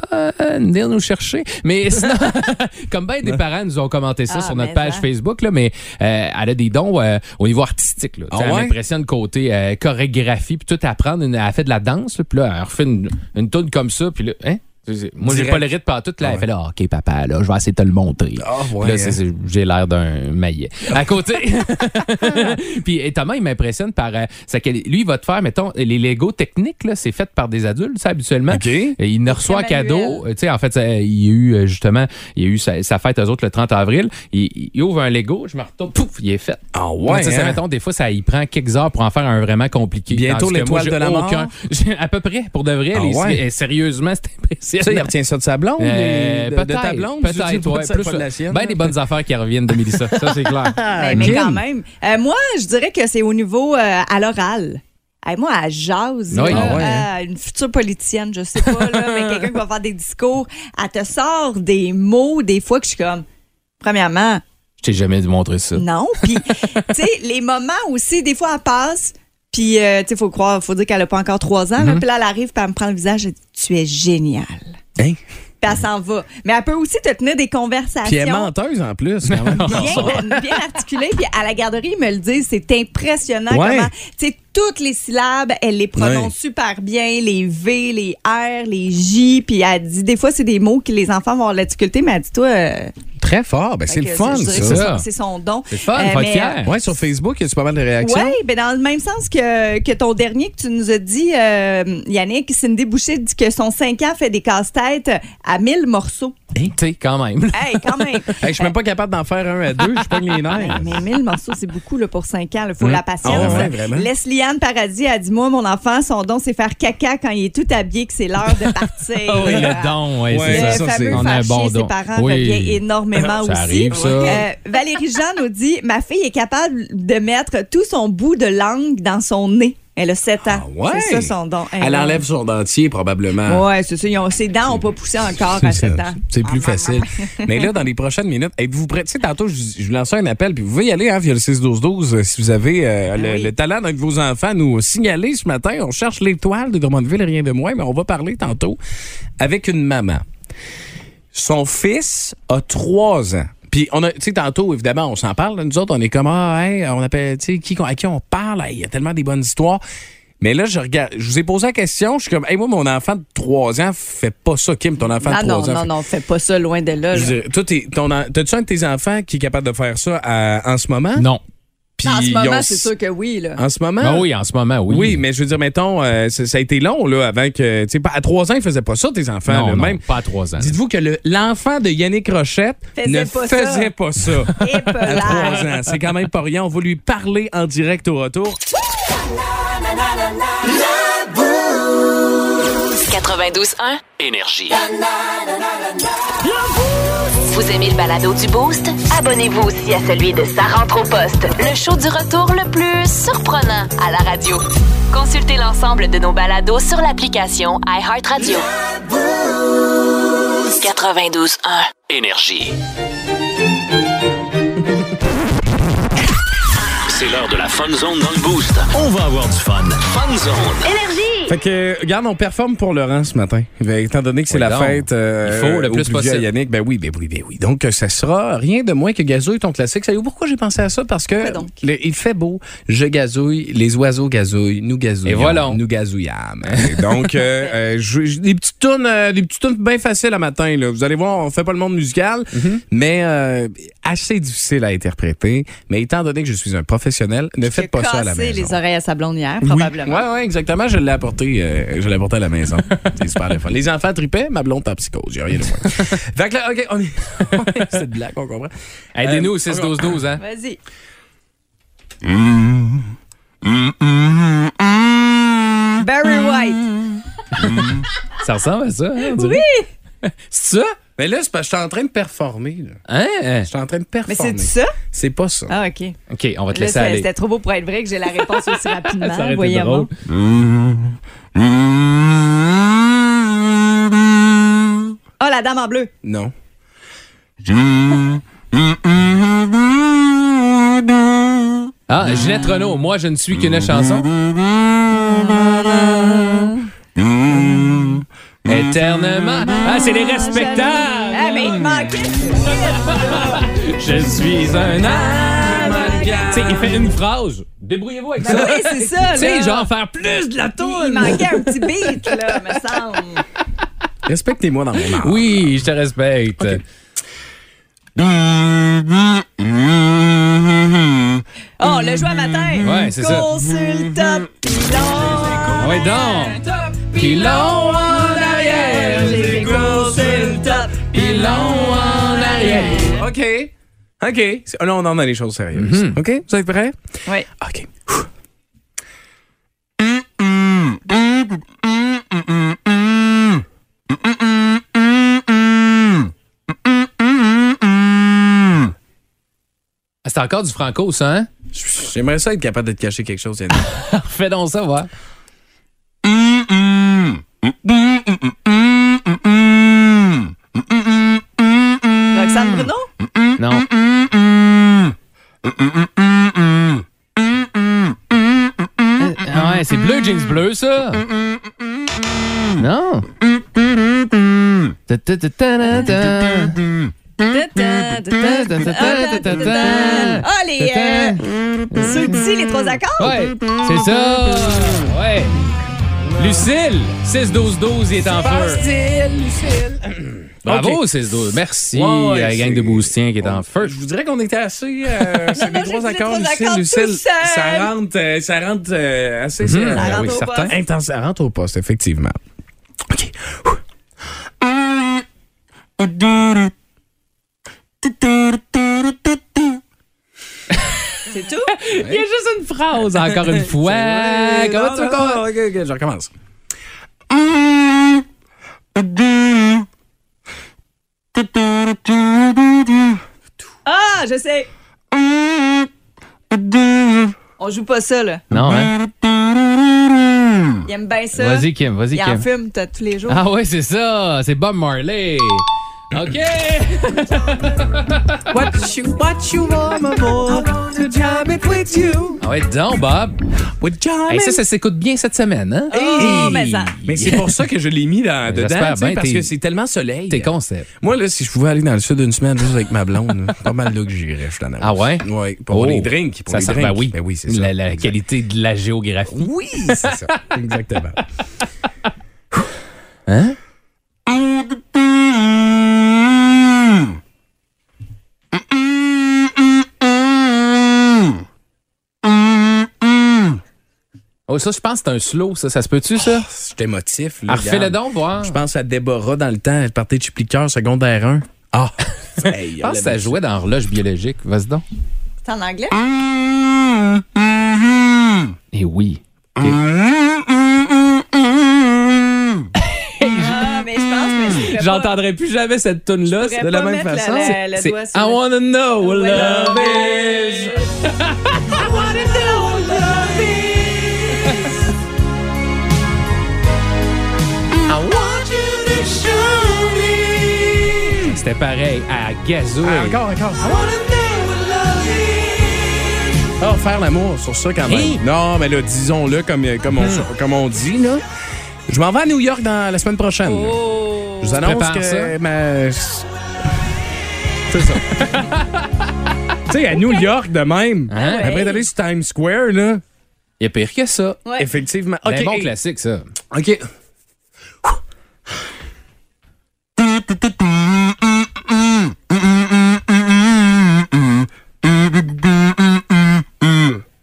[SPEAKER 6] venir nous chercher. Mais sinon, comme bien des parents nous ont commenté ça
[SPEAKER 5] Ah,
[SPEAKER 6] sur notre
[SPEAKER 5] mais
[SPEAKER 6] page
[SPEAKER 5] hein.
[SPEAKER 6] Facebook, là, mais euh, elle a des dons euh, au niveau artistique. Là. Tu sais,
[SPEAKER 4] Ah
[SPEAKER 6] Elle
[SPEAKER 4] ouais?
[SPEAKER 6] m'impressionne côté euh, chorégraphie, puis tout apprendre. Une- Elle fait de la danse, là, puis là, elle refait une, une toune comme ça, puis là, hein? Moi, j'ai
[SPEAKER 4] Direct.
[SPEAKER 6] pas le rythme pas tout. Là, elle fait là, OK, papa, là, je vais essayer de te le montrer.
[SPEAKER 4] Ah, ouais,
[SPEAKER 6] Puis là, c'est- c'est- j'ai l'air d'un maillet. À côté. Puis et Thomas, il m'impressionne par. euh, c'est que lui, il va te faire, mettons, les Lego techniques, là, c'est fait par des adultes, ça, habituellement.
[SPEAKER 4] OK.
[SPEAKER 6] Et il ne reçoit
[SPEAKER 5] très
[SPEAKER 6] cadeau.
[SPEAKER 5] manuel.
[SPEAKER 6] euh, Tu sais, en fait, ça, euh, il y a eu, euh, justement, il y a eu sa, sa fête, eux autres, le 30 avril. Il, il ouvre un Lego, je me retourne, pouf, il est fait.
[SPEAKER 4] Ah ouais,
[SPEAKER 6] Donc, tu sais, ça,
[SPEAKER 4] hein?
[SPEAKER 6] mettons, des fois, ça y prend quelques heures pour en faire un vraiment compliqué.
[SPEAKER 4] Bientôt
[SPEAKER 6] Tandis que moi,
[SPEAKER 4] l'étoile
[SPEAKER 6] j'ai
[SPEAKER 4] de la mort.
[SPEAKER 6] aucun- j'ai- À peu près, pour de vrai.
[SPEAKER 4] Ah
[SPEAKER 6] les-
[SPEAKER 4] ouais.
[SPEAKER 6] eh, Sérieusement, c'est impressionnant.
[SPEAKER 4] Ça, il retient ça de sa blonde?
[SPEAKER 6] Euh,
[SPEAKER 4] de, de
[SPEAKER 6] peut-être,
[SPEAKER 4] ta blonde?
[SPEAKER 6] peut-être,
[SPEAKER 4] Je dis pas
[SPEAKER 6] ouais,
[SPEAKER 4] de sa-
[SPEAKER 6] plus,
[SPEAKER 4] pas de la sienne,
[SPEAKER 6] ben
[SPEAKER 4] là.
[SPEAKER 6] des bonnes affaires qui reviennent de Mélissa, ça c'est clair.
[SPEAKER 4] Ah,
[SPEAKER 6] hmm,
[SPEAKER 5] Mais, Ah, mais quand même. Euh, moi, je dirais que c'est au niveau euh, à l'oral. Hey, moi, à jase,
[SPEAKER 6] Oui.
[SPEAKER 5] là,
[SPEAKER 6] Ah
[SPEAKER 4] ouais, hein.
[SPEAKER 5] euh, une future politicienne, je sais pas, là, mais quelqu'un qui va faire des discours, elle te sort des mots des fois que je suis comme, premièrement,
[SPEAKER 6] Je t'ai jamais montré ça.
[SPEAKER 5] non. Puis, tu sais, les moments aussi, des fois, elle passe, puis, euh, tu sais, faut croire, faut dire qu'elle a pas encore trois
[SPEAKER 4] Mm-hmm.
[SPEAKER 5] ans, là, puis là, elle arrive, puis elle me prend le visage, elle dit, tu es génial.
[SPEAKER 4] Hein?
[SPEAKER 5] Puis elle s'en va. Mais elle peut aussi te tenir des conversations
[SPEAKER 4] Puis elle est menteuse en plus.
[SPEAKER 6] Ben
[SPEAKER 4] quand même.
[SPEAKER 5] bien, bien articulé. Puis à la garderie, ils me le disent, c'est impressionnant
[SPEAKER 4] Ouais.
[SPEAKER 5] comment, tu sais, toutes les syllabes, elle les prononce super bien, les V, les R, les J. Puis elle dit, des fois, c'est des mots que les enfants vont avoir de la difficulté, mais elle dit, toi, euh,
[SPEAKER 4] Très fort. Ben, c'est
[SPEAKER 5] fait
[SPEAKER 4] le
[SPEAKER 5] que
[SPEAKER 4] fun,
[SPEAKER 5] je dirais que c'est
[SPEAKER 4] ça.
[SPEAKER 6] ça.
[SPEAKER 5] son- C'est son don. Euh,
[SPEAKER 6] C'est le fun, faut être
[SPEAKER 5] mais,
[SPEAKER 6] fier.
[SPEAKER 4] Ouais, sur Facebook, il y a pas mal de
[SPEAKER 5] Oui,
[SPEAKER 4] réactions.
[SPEAKER 5] ben dans le même sens que, que ton dernier que tu nous as dit, euh, Yannick, Cindy Boucher dit que son 5 ans fait des casse-têtes à 1000 morceaux.
[SPEAKER 6] Tu sais quand même.
[SPEAKER 5] Hey, quand même!
[SPEAKER 4] Hey, je suis même pas capable d'en faire un à deux. Je pogne les nerfs.
[SPEAKER 5] Mais 1000 morceaux, c'est beaucoup là, pour 5 ans. Il faut la patience.
[SPEAKER 4] Ah ouais, vraiment?
[SPEAKER 5] Leslie Anne Paradis a dit Moi, mon enfant, son don, c'est faire caca quand il est tout habillé, que c'est l'heure de partir. Euh,
[SPEAKER 4] Ah
[SPEAKER 6] Oh, oui, le don, ouais,
[SPEAKER 4] Ouais,
[SPEAKER 5] Ah. Le
[SPEAKER 4] ça,
[SPEAKER 6] c'est ça.
[SPEAKER 5] fameux
[SPEAKER 4] c'est-
[SPEAKER 6] on a un
[SPEAKER 5] faire
[SPEAKER 6] bon
[SPEAKER 5] chier ses
[SPEAKER 6] don.
[SPEAKER 5] parents
[SPEAKER 6] Oui.
[SPEAKER 5] revient énormément
[SPEAKER 6] Ça
[SPEAKER 5] aussi.
[SPEAKER 6] arrive, ça.
[SPEAKER 5] Euh, Valérie Jean nous dit Ma fille est capable de mettre tout son bout de langue dans son nez. Elle a 7 ans.
[SPEAKER 4] Ah ouais?
[SPEAKER 5] C'est ça son don.
[SPEAKER 4] Elle enlève son dentier, probablement.
[SPEAKER 5] Oui, c'est ça. Ils ont- ses dents n'ont pas Ah, poussé encore à
[SPEAKER 4] C'est
[SPEAKER 5] 7
[SPEAKER 4] ça.
[SPEAKER 5] ans.
[SPEAKER 4] C'est plus facile. Mais là, dans les prochaines minutes, êtes-vous prêts? Tu sais, tantôt, je, je vous lançais un appel, puis vous pouvez y aller hein, via le 6-12-12 euh, si vous avez euh, le,
[SPEAKER 5] Ah oui.
[SPEAKER 4] le talent d'un de vos enfants nous signaler ce matin. On cherche l'étoile de Drummondville, rien de moins, mais on va parler tantôt avec une maman. Son fils a trois ans. Puis, on a, tu sais, tantôt, évidemment, on s'en parle. là. nous autres, on est comme, ah, hey, on appelle, tu sais, qui, qu'on- à qui on parle, Hey, il y a tellement des bonnes histoires. Mais là, je regarde, je vous ai posé la question, je suis comme, hey, moi, mon enfant de 3 ans fait pas ça, Kim, ton enfant
[SPEAKER 5] Ah
[SPEAKER 4] de
[SPEAKER 5] non,
[SPEAKER 4] 3 ans.
[SPEAKER 5] non,
[SPEAKER 4] fait-
[SPEAKER 5] non, fais pas ça loin de là.
[SPEAKER 4] Je
[SPEAKER 5] là.
[SPEAKER 4] veux dire, toi, t'es- ton en- t'as-tu un de tes enfants qui est capable de faire ça à- en ce moment?
[SPEAKER 6] Non.
[SPEAKER 4] Puis
[SPEAKER 5] En ce
[SPEAKER 4] ils
[SPEAKER 5] moment,
[SPEAKER 4] ont-
[SPEAKER 5] c'est sûr que oui. Là.
[SPEAKER 4] En ce moment.
[SPEAKER 6] Ben oui, en ce moment, oui.
[SPEAKER 4] Oui, mais je veux dire, mettons, euh, ça, ça a été long, là, avant que. Tu sais, pas- à trois ans, ils faisaient pas ça, tes enfants.
[SPEAKER 6] non,
[SPEAKER 4] là,
[SPEAKER 6] non,
[SPEAKER 4] même.
[SPEAKER 6] pas à trois ans.
[SPEAKER 4] Dites-vous que le- l'enfant de Yannick Rochette
[SPEAKER 5] Faisait
[SPEAKER 4] ne
[SPEAKER 5] pas ça.
[SPEAKER 4] faisait pas ça.
[SPEAKER 5] Et peu
[SPEAKER 4] à
[SPEAKER 5] l'air.
[SPEAKER 4] trois ans. C'est quand même pas rien. On va lui parler en direct au retour.
[SPEAKER 1] 92.1.
[SPEAKER 2] Énergie.
[SPEAKER 1] Vous aimez le balado du Boost? Abonnez-vous aussi à celui de Sa rentre au poste, le show du retour le plus surprenant à la radio. Consultez l'ensemble de nos balados sur l'application iHeartRadio. 92.1.
[SPEAKER 2] Énergie. C'est l'heure de la Fun Zone dans le Boost. On va avoir du fun. Fun Zone.
[SPEAKER 4] Fait que, regarde, on performe pour Laurent ce matin. Ben, étant donné que c'est
[SPEAKER 6] Oui,
[SPEAKER 4] la
[SPEAKER 6] donc.
[SPEAKER 4] fête. euh,
[SPEAKER 6] Il faut le
[SPEAKER 4] au
[SPEAKER 6] plus
[SPEAKER 4] vieux
[SPEAKER 6] possible.
[SPEAKER 4] à Yannick, ben oui, ben oui, ben oui. Donc, euh, ça sera rien de moins que gazouille ton classique. Savez-vous pourquoi j'ai pensé à ça? Parce que
[SPEAKER 5] Fais donc.
[SPEAKER 4] le- il fait beau, je gazouille, les oiseaux gazouillent, nous gazouillons.
[SPEAKER 6] Et voilà.
[SPEAKER 4] Nous gazouillâmes. Et donc, euh, euh, je- je- des petites tunes, euh, des petites tunes bien faciles à matin, là. Vous allez voir, on fait pas le monde musical, mais euh, assez difficile à interpréter. Mais étant donné que je suis un professionnel, ne
[SPEAKER 5] J'ai
[SPEAKER 4] faites pas ça à la
[SPEAKER 5] cassé
[SPEAKER 4] maison.
[SPEAKER 5] les oreilles à sa blonde hier,
[SPEAKER 4] Oui,
[SPEAKER 5] probablement.
[SPEAKER 4] ouais, ouais, exactement. Je l'ai apporté, euh, je l'ai apporté à la maison. C'est super le fun. Les enfants tripaient, ma blonde en psychose. J'ai rien de moins. fait que là, OK, on est. C'est de blague, on comprend. Euh,
[SPEAKER 6] Aidez-nous au 6-12-12, hein?
[SPEAKER 5] Vas-y. Barry White.
[SPEAKER 6] Ça ressemble à ça, hein, on dirait.
[SPEAKER 4] C'est ça? Mais là, c'est parce que je suis en train de performer. Là.
[SPEAKER 6] Hein? hein?
[SPEAKER 5] Ben,
[SPEAKER 4] Je suis en train de
[SPEAKER 5] Mais
[SPEAKER 4] performer.
[SPEAKER 5] c'est ça?
[SPEAKER 4] C'est pas ça.
[SPEAKER 5] Ah, OK.
[SPEAKER 6] OK, on va te
[SPEAKER 5] Là,
[SPEAKER 6] laisser
[SPEAKER 5] c'est-
[SPEAKER 6] aller.
[SPEAKER 5] C'était trop beau pour être vrai que j'ai la réponse aussi
[SPEAKER 6] Ça aurait
[SPEAKER 5] rapidement.
[SPEAKER 6] été
[SPEAKER 5] voyons.
[SPEAKER 6] drôle.
[SPEAKER 5] Oh, la dame en bleu.
[SPEAKER 4] Non.
[SPEAKER 6] Ah, Ginette Renault, moi je ne suis qu'une chanson. Éternellement. Ah, c'est les respectables.
[SPEAKER 5] Ah, mais il te manquait.
[SPEAKER 6] Je suis un amalgame. Tu sais, il fait une phrase. Débrouillez-vous avec ça.
[SPEAKER 5] Ben Oui, c'est ça.
[SPEAKER 6] Tu sais,
[SPEAKER 5] là.
[SPEAKER 6] genre faire plus de la
[SPEAKER 5] Il
[SPEAKER 6] toune.
[SPEAKER 5] manquait un petit beat, là, me semble.
[SPEAKER 4] Respectez-moi dans mon art.
[SPEAKER 6] Oui, je te respecte.
[SPEAKER 5] Oh, le joie matin.
[SPEAKER 6] Ouais, c'est ça.
[SPEAKER 5] Consultant pilon.
[SPEAKER 6] Ouais, donc.
[SPEAKER 5] Top
[SPEAKER 6] Pilon en arrière.
[SPEAKER 5] J'ai consultant
[SPEAKER 6] Pilon en arrière.
[SPEAKER 4] OK. OK. C'est- Là, on en a les choses sérieuses. OK? Vous êtes prêts?
[SPEAKER 5] Oui.
[SPEAKER 4] Mm-hmm. OK.
[SPEAKER 6] Ah, C'est encore du franco, ça, hein?
[SPEAKER 4] J'aimerais ça être capable de te cacher quelque chose, Yannick.
[SPEAKER 6] Fais donc ça, voir.
[SPEAKER 5] Roxane Bruno.
[SPEAKER 6] Non. Ah ouais, c'est bleu, jeans bleu, ça. Non. Ta-ta-ta-ta-ta-ta. Mmh.
[SPEAKER 5] Ah, les. Euh, ceux d'ici, les trois accords.
[SPEAKER 6] Ouais, c'est ça. Ouais. Lucille, 6-12-12, il est en feu. Bravo, 6-12. Merci
[SPEAKER 4] Ouais, ouais,
[SPEAKER 6] à la gang
[SPEAKER 4] c'est-
[SPEAKER 6] de Boostien qui est en feu.
[SPEAKER 4] Je vous dirais qu'on était assez. euh, c'est les
[SPEAKER 5] j'ai
[SPEAKER 4] trois
[SPEAKER 5] dit les
[SPEAKER 4] accords,
[SPEAKER 5] trois
[SPEAKER 4] Lucille,
[SPEAKER 5] accords
[SPEAKER 4] Lucille.
[SPEAKER 5] tout seul.
[SPEAKER 4] Ça rentre, euh, ça rentre euh, assez. c'est-
[SPEAKER 6] Mhm.
[SPEAKER 5] rentre
[SPEAKER 6] oui,
[SPEAKER 5] au
[SPEAKER 6] certain.
[SPEAKER 5] poste.
[SPEAKER 4] Intense, ça rentre au poste, effectivement. OK.
[SPEAKER 5] C'est tout.
[SPEAKER 6] Il y a juste une phrase, encore une fois. Comment tu veux qu'on-
[SPEAKER 4] Ah, OK, OK, je recommence.
[SPEAKER 5] Ah, je sais. On joue pas ça, là.
[SPEAKER 6] Non, hein?
[SPEAKER 5] Il aime bien ça.
[SPEAKER 6] Vas-y, Kim, vas-y,
[SPEAKER 5] Il
[SPEAKER 6] Kim.
[SPEAKER 5] en fume t'as tous les jours.
[SPEAKER 6] Ah ouais, c'est ça, c'est Bob Marley. OK.
[SPEAKER 4] What you, what you want, my boy, to jam it with you.
[SPEAKER 6] Ah ouais, donc Bob.
[SPEAKER 4] With jam
[SPEAKER 6] Hey,
[SPEAKER 4] it.
[SPEAKER 6] ça, ça s'écoute bien cette semaine, hein?
[SPEAKER 5] Ah, Oh, mais ça.
[SPEAKER 4] Mais c'est pour ça que je l'ai mis dans, dedans,
[SPEAKER 6] J'espère
[SPEAKER 4] tu sais,
[SPEAKER 6] bien,
[SPEAKER 4] parce
[SPEAKER 6] t'es-
[SPEAKER 4] que c'est tellement soleil.
[SPEAKER 6] Tes concepts.
[SPEAKER 4] Moi, là, si je pouvais aller dans le sud une semaine juste avec ma blonde, là, pas mal là que j'irais, je t'en avoue.
[SPEAKER 6] Ah ouais?
[SPEAKER 4] Ouais, pour
[SPEAKER 6] Oh.
[SPEAKER 4] les drinks. Pour
[SPEAKER 6] ça
[SPEAKER 4] les
[SPEAKER 6] sent-
[SPEAKER 4] drinks.
[SPEAKER 6] ben oui.
[SPEAKER 4] Ben oui, c'est ça.
[SPEAKER 6] la, la
[SPEAKER 4] Exact.
[SPEAKER 6] qualité de la géographie.
[SPEAKER 4] Oui, c'est ça. Exactement.
[SPEAKER 6] Hein? Oh, ça, je pense que c'est un slow, ça. Ça se peut-tu, ça?
[SPEAKER 4] C'est émotif.
[SPEAKER 6] Ah,
[SPEAKER 4] Là,
[SPEAKER 6] refais-le
[SPEAKER 4] regarde.
[SPEAKER 6] donc, voir.
[SPEAKER 4] Je pense à Déborah dans le temps. Elle partait de Chupliqueur, secondaire 1. Ah! Hey,
[SPEAKER 6] Je pense que ça jouait dans l'horloge biologique. Vas-y donc.
[SPEAKER 5] C'est en anglais?
[SPEAKER 6] Eh oui.
[SPEAKER 5] Ah, mais je pense que je pourrais pas-
[SPEAKER 7] J'entendrai plus jamais cette tune là
[SPEAKER 5] je pourrais pas mettre le- le- le
[SPEAKER 6] C'est
[SPEAKER 5] doigt
[SPEAKER 6] I
[SPEAKER 5] sur le-
[SPEAKER 6] wanna know what
[SPEAKER 5] Ouais.
[SPEAKER 6] love is.
[SPEAKER 5] Ah,
[SPEAKER 6] I want you to show me. C'était pareil à Gazouille.
[SPEAKER 4] Encore, encore. Ah, faire l'amour sur ça quand même.
[SPEAKER 6] Hey. Hmm.
[SPEAKER 4] Non, mais là, disons-le comme, comme, on, comme on dit, là. Je m'en vais à New York dans la semaine prochaine. Je vous annonce
[SPEAKER 6] Prépare
[SPEAKER 4] que
[SPEAKER 6] Oh! ça.
[SPEAKER 4] ma- C'est ça. tu sais, à New York de même,
[SPEAKER 6] Hein?
[SPEAKER 4] après d'aller sur Times Square, là,
[SPEAKER 6] Il y a pire que ça.
[SPEAKER 5] Ouais.
[SPEAKER 4] effectivement.
[SPEAKER 6] C'est
[SPEAKER 4] OK,
[SPEAKER 6] un bon
[SPEAKER 4] hey,
[SPEAKER 6] classique, ça.
[SPEAKER 4] OK.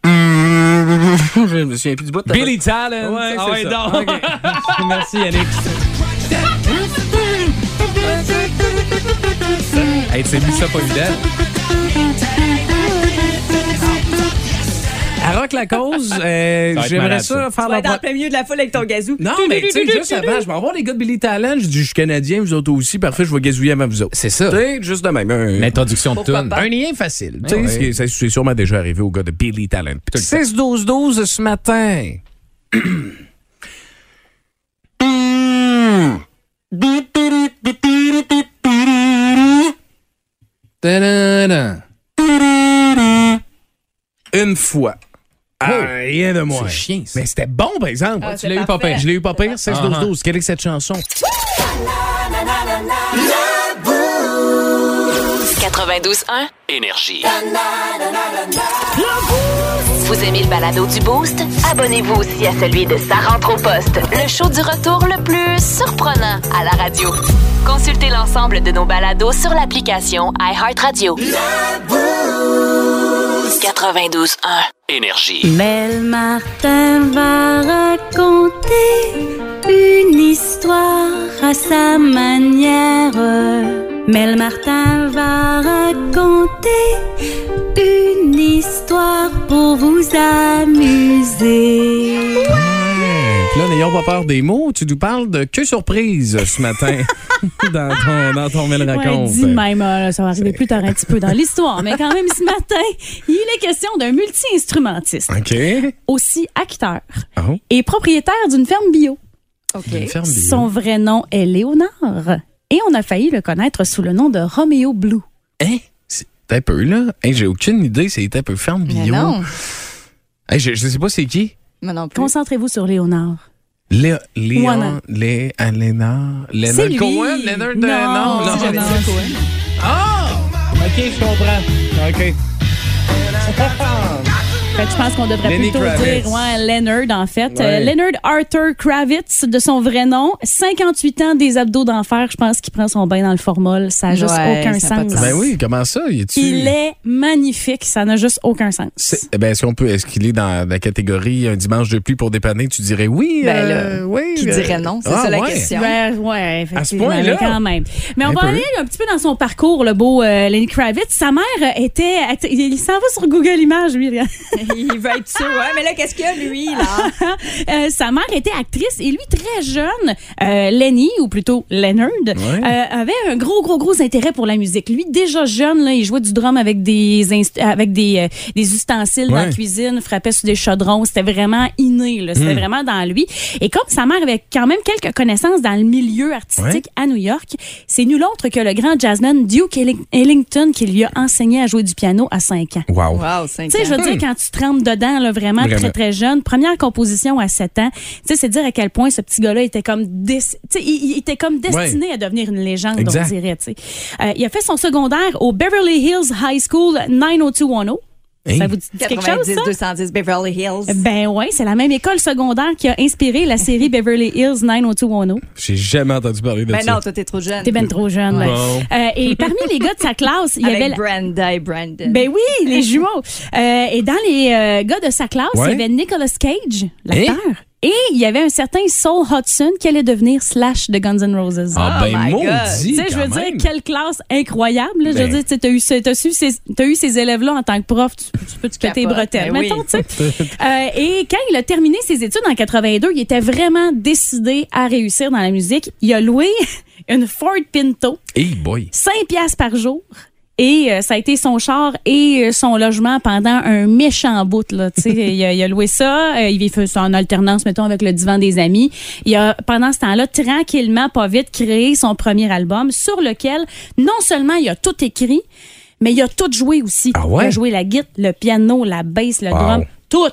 [SPEAKER 4] Je me souviens plus du bout.
[SPEAKER 7] Billy Talent.
[SPEAKER 4] Ouais,
[SPEAKER 7] ah
[SPEAKER 4] c'est
[SPEAKER 7] ouais,
[SPEAKER 4] ça.
[SPEAKER 7] donc. Merci, Yannick.
[SPEAKER 6] Hey, tu sais, mis ça pas évident.
[SPEAKER 4] À Rock la cause, euh,
[SPEAKER 6] Ça va être
[SPEAKER 4] j'aimerais
[SPEAKER 6] malade,
[SPEAKER 4] ça faire
[SPEAKER 5] Tu vas
[SPEAKER 4] la
[SPEAKER 5] être dans le plein milieu de la foule avec ton gazou.
[SPEAKER 4] Non, mais tu sais, juste avant, je m'en vais voir les gars de Billy Talent. Je dis, je suis canadien, vous autres aussi. Parfait, je vais gazouiller avant vous autres.
[SPEAKER 6] C'est ça.
[SPEAKER 4] Tu sais, juste de même. un-
[SPEAKER 6] L'introduction de
[SPEAKER 5] Pourquoi
[SPEAKER 6] tune.
[SPEAKER 5] pas?
[SPEAKER 4] Un lien facile. Ben Tu sais,
[SPEAKER 6] Ouais.
[SPEAKER 4] ce qui- ça, c'est sûrement déjà arrivé aux gars de Billy Talent. 6-12-12 ce matin.
[SPEAKER 6] Ta-da-da.
[SPEAKER 4] Une fois. Ah, rien de moins.
[SPEAKER 6] C'est chiant, ça.
[SPEAKER 4] Mais c'était bon, par exemple.
[SPEAKER 5] Ah,
[SPEAKER 6] Tu l'as eu pas
[SPEAKER 5] parfait.
[SPEAKER 6] pire.
[SPEAKER 4] Je l'ai eu pas pire, 16-12-12. Quelle est cette chanson?
[SPEAKER 1] 92.1.
[SPEAKER 2] Énergie.
[SPEAKER 1] Vous aimez le balado du Boost? Abonnez-vous aussi à celui de Sa rentre au poste, le show du retour le plus surprenant à la radio. Consultez l'ensemble de nos balados sur l'application iHeartRadio. 92.1.
[SPEAKER 2] Énergie.
[SPEAKER 8] Mel Martin va raconter une histoire à sa manière. Mel Martin va raconter une histoire pour vous amuser.
[SPEAKER 4] Puis là, n'ayons pas peur des mots, tu nous parles de que surprise ce matin dans ton, dans ton mail
[SPEAKER 9] Ouais,
[SPEAKER 4] raconte.
[SPEAKER 9] dis de même, euh, là, ça va arriver plus tard un petit peu dans l'histoire, mais quand même ce matin, il est question d'un multi-instrumentiste,
[SPEAKER 4] OK.
[SPEAKER 9] aussi acteur
[SPEAKER 4] Oh.
[SPEAKER 9] et propriétaire d'une ferme bio.
[SPEAKER 4] Une ferme bio.
[SPEAKER 9] Son vrai nom est Léonard et on a failli le connaître sous le nom de Romeo Blue.
[SPEAKER 4] Hein? C'est un peu, là. Hein, J'ai aucune idée si c'était un peu ferme
[SPEAKER 5] Mais
[SPEAKER 4] bio.
[SPEAKER 5] non.
[SPEAKER 4] Hey, je, je sais pas c'est qui.
[SPEAKER 5] Mais non plus.
[SPEAKER 9] Concentrez-vous sur Léonard.
[SPEAKER 4] Lé, Léon,
[SPEAKER 9] Moinan.
[SPEAKER 4] Lé, Léonard,
[SPEAKER 9] C'est
[SPEAKER 4] Leonard
[SPEAKER 9] lui.
[SPEAKER 4] Cohen, Leonard, de- non,
[SPEAKER 9] Non,
[SPEAKER 4] non,
[SPEAKER 9] c'est
[SPEAKER 4] non.
[SPEAKER 9] Leonard
[SPEAKER 4] Ah!
[SPEAKER 7] OK, je comprends.
[SPEAKER 4] OK.
[SPEAKER 9] Fait que je pense qu'on devrait
[SPEAKER 4] Lenny
[SPEAKER 9] plutôt
[SPEAKER 4] Kravitz.
[SPEAKER 9] dire ouais, Leonard, en fait.
[SPEAKER 4] Ouais.
[SPEAKER 9] Euh, Leonard Arthur Kravitz, de son vrai nom. 58 ans, des abdos d'enfer. Je pense qu'il prend son bain dans le formol. Ça n'a juste
[SPEAKER 5] Ouais,
[SPEAKER 9] aucun
[SPEAKER 5] ça a pas de
[SPEAKER 9] sens.
[SPEAKER 5] sens.
[SPEAKER 4] Ben oui, comment ça? Y est-tu-
[SPEAKER 9] Il est magnifique. Ça n'a juste aucun sens.
[SPEAKER 4] C'est- eh ben, est-ce qu'on peut, est-ce qu'il est dans la catégorie un dimanche de pluie pour dépanner? Tu dirais oui?
[SPEAKER 5] Ben
[SPEAKER 4] euh,
[SPEAKER 5] là,
[SPEAKER 4] oui.
[SPEAKER 5] tu
[SPEAKER 4] euh,
[SPEAKER 5] dirais non, c'est
[SPEAKER 4] ah,
[SPEAKER 5] ça la
[SPEAKER 4] ouais.
[SPEAKER 5] question.
[SPEAKER 9] Ouais, ouais, effectivement,
[SPEAKER 4] À ce point-là?
[SPEAKER 9] mais quand même. Mais on
[SPEAKER 4] Un
[SPEAKER 9] va
[SPEAKER 4] peu.
[SPEAKER 9] aller un petit peu dans son parcours, le beau euh, Lenny Kravitz. Sa mère euh, était, acti- il il s'en va sur Google Images, lui. regarde.
[SPEAKER 5] Il va être sûr. Ouais, mais là, qu'est-ce qu'il y a, lui, là?
[SPEAKER 9] Euh, sa mère était actrice et lui, très jeune, euh, Lenny, ou plutôt Leonard, euh, avait un gros, gros, gros intérêt pour la musique. Lui, déjà jeune, là, il jouait du drum avec des, inst- avec des, euh, des ustensiles dans
[SPEAKER 4] Ouais.
[SPEAKER 9] la cuisine, frappait sur des chaudrons. C'était vraiment inné, là. c'était vraiment dans lui. Et comme sa mère avait quand même quelques connaissances dans le milieu artistique à New York, c'est nul autre que le grand jazzman Duke Elling- Ellington qui lui a enseigné à jouer du piano à 5 ans.
[SPEAKER 4] Wow.
[SPEAKER 5] Wow, 5
[SPEAKER 9] Tu sais, je veux dire, quand tu trempes dedans, là, vraiment,
[SPEAKER 4] Vraiment.
[SPEAKER 9] très, très jeune, première composition à 7 ans, tu sais, c'est dire à quel point ce petit gars-là était comme, des- tu sais, il, il était comme destiné à devenir une légende,
[SPEAKER 4] Exact.
[SPEAKER 9] on dirait, tu sais. Euh, il a fait son secondaire au Beverly Hills High School 90210.
[SPEAKER 4] Hey.
[SPEAKER 9] Ça vous dit quelque chose,
[SPEAKER 5] 90,
[SPEAKER 9] ça?
[SPEAKER 5] 210 Beverly Hills.
[SPEAKER 9] Ben oui, c'est la même école secondaire qui a inspiré la série Beverly Hills 90210.
[SPEAKER 4] J'ai jamais entendu parler de
[SPEAKER 5] Ben
[SPEAKER 4] ça.
[SPEAKER 5] non, toi, t'es trop jeune.
[SPEAKER 9] T'es ben trop jeune. là.
[SPEAKER 4] Bon.
[SPEAKER 9] Euh, et parmi les gars de sa classe, il y
[SPEAKER 5] Avec
[SPEAKER 9] avait... la-
[SPEAKER 5] Brenda et Brandon.
[SPEAKER 9] Ben oui, les jumeaux. Euh, et dans les euh, gars de sa classe,
[SPEAKER 4] Ouais. Hein?
[SPEAKER 9] il y avait Nicolas Cage, l'acteur. Et il y avait un certain Saul Hudson qui allait devenir Slash de Guns N' Roses.
[SPEAKER 4] Ah,
[SPEAKER 5] Oh
[SPEAKER 4] ben
[SPEAKER 5] my God.
[SPEAKER 4] maudit!
[SPEAKER 9] Tu sais, je veux
[SPEAKER 4] quand
[SPEAKER 9] dire,
[SPEAKER 4] même.
[SPEAKER 9] quelle classe incroyable. là. Je veux
[SPEAKER 4] Ben.
[SPEAKER 9] dire, tu sais, t'as eu, ce- t'as su ces- t'as eu ces élèves-là en tant que prof, tu, tu peux te péter les
[SPEAKER 5] Capote,
[SPEAKER 9] bretelles.
[SPEAKER 5] ben oui.
[SPEAKER 9] mettons, tu sais. Euh, et quand il a terminé ses études en 82, il était vraiment décidé à réussir dans la musique. Il a loué une Ford Pinto,
[SPEAKER 4] Hey boy!
[SPEAKER 9] 5 piastres par jour. Et euh, ça a été son char et euh, son logement pendant un méchant bout. Là, tu sais. il, a, il a loué ça. euh, il fait ça en alternance, mettons, avec le divan des amis. Il a, pendant ce temps-là, tranquillement, pas vite, créé son premier album sur lequel, non seulement il a tout écrit, mais il a tout joué aussi.
[SPEAKER 4] Ah ouais?
[SPEAKER 9] Il a joué la guitare, le piano, la bass, le
[SPEAKER 4] Wow.
[SPEAKER 9] drum, tout.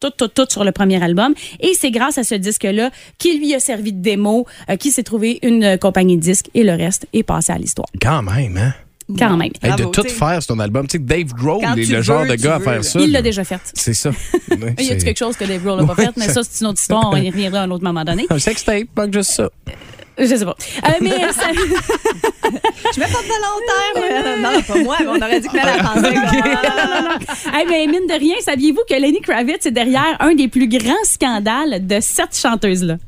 [SPEAKER 9] Tout, tout, tout sur le premier album. Et c'est grâce à ce disque-là qui lui a servi de démo, euh, qui s'est trouvé une euh, compagnie de disques et le reste est passé à l'histoire.
[SPEAKER 4] Quand même, hein?
[SPEAKER 9] Quand même.
[SPEAKER 4] Hey, de
[SPEAKER 5] Bravo,
[SPEAKER 4] tout
[SPEAKER 5] t'sais.
[SPEAKER 4] faire sur ton album. Tu sais, Dave Grohl
[SPEAKER 5] Quand
[SPEAKER 4] est
[SPEAKER 5] tu
[SPEAKER 4] le genre
[SPEAKER 5] veux,
[SPEAKER 4] de
[SPEAKER 5] tu
[SPEAKER 4] gars à
[SPEAKER 5] veux,
[SPEAKER 4] faire
[SPEAKER 5] là.
[SPEAKER 4] ça.
[SPEAKER 9] Il l'a
[SPEAKER 4] là.
[SPEAKER 9] déjà fait.
[SPEAKER 4] C'est ça. Ouais,
[SPEAKER 9] Il y a
[SPEAKER 4] c'est-
[SPEAKER 9] quelque chose que Dave Grohl n'a pas fait, mais ça, c'est une autre histoire. On y reviendra à un autre moment donné.
[SPEAKER 4] Un sextape, manque juste ça.
[SPEAKER 9] Je sais pas. Euh, mais euh, ça-
[SPEAKER 5] Je vais pas volontaire. non, non, pas moi. On aurait dit que Mel a pensé.
[SPEAKER 9] Hey, mais mine de rien, saviez-vous que Lenny Kravitz est derrière un des plus grands scandales de cette chanteuse-là?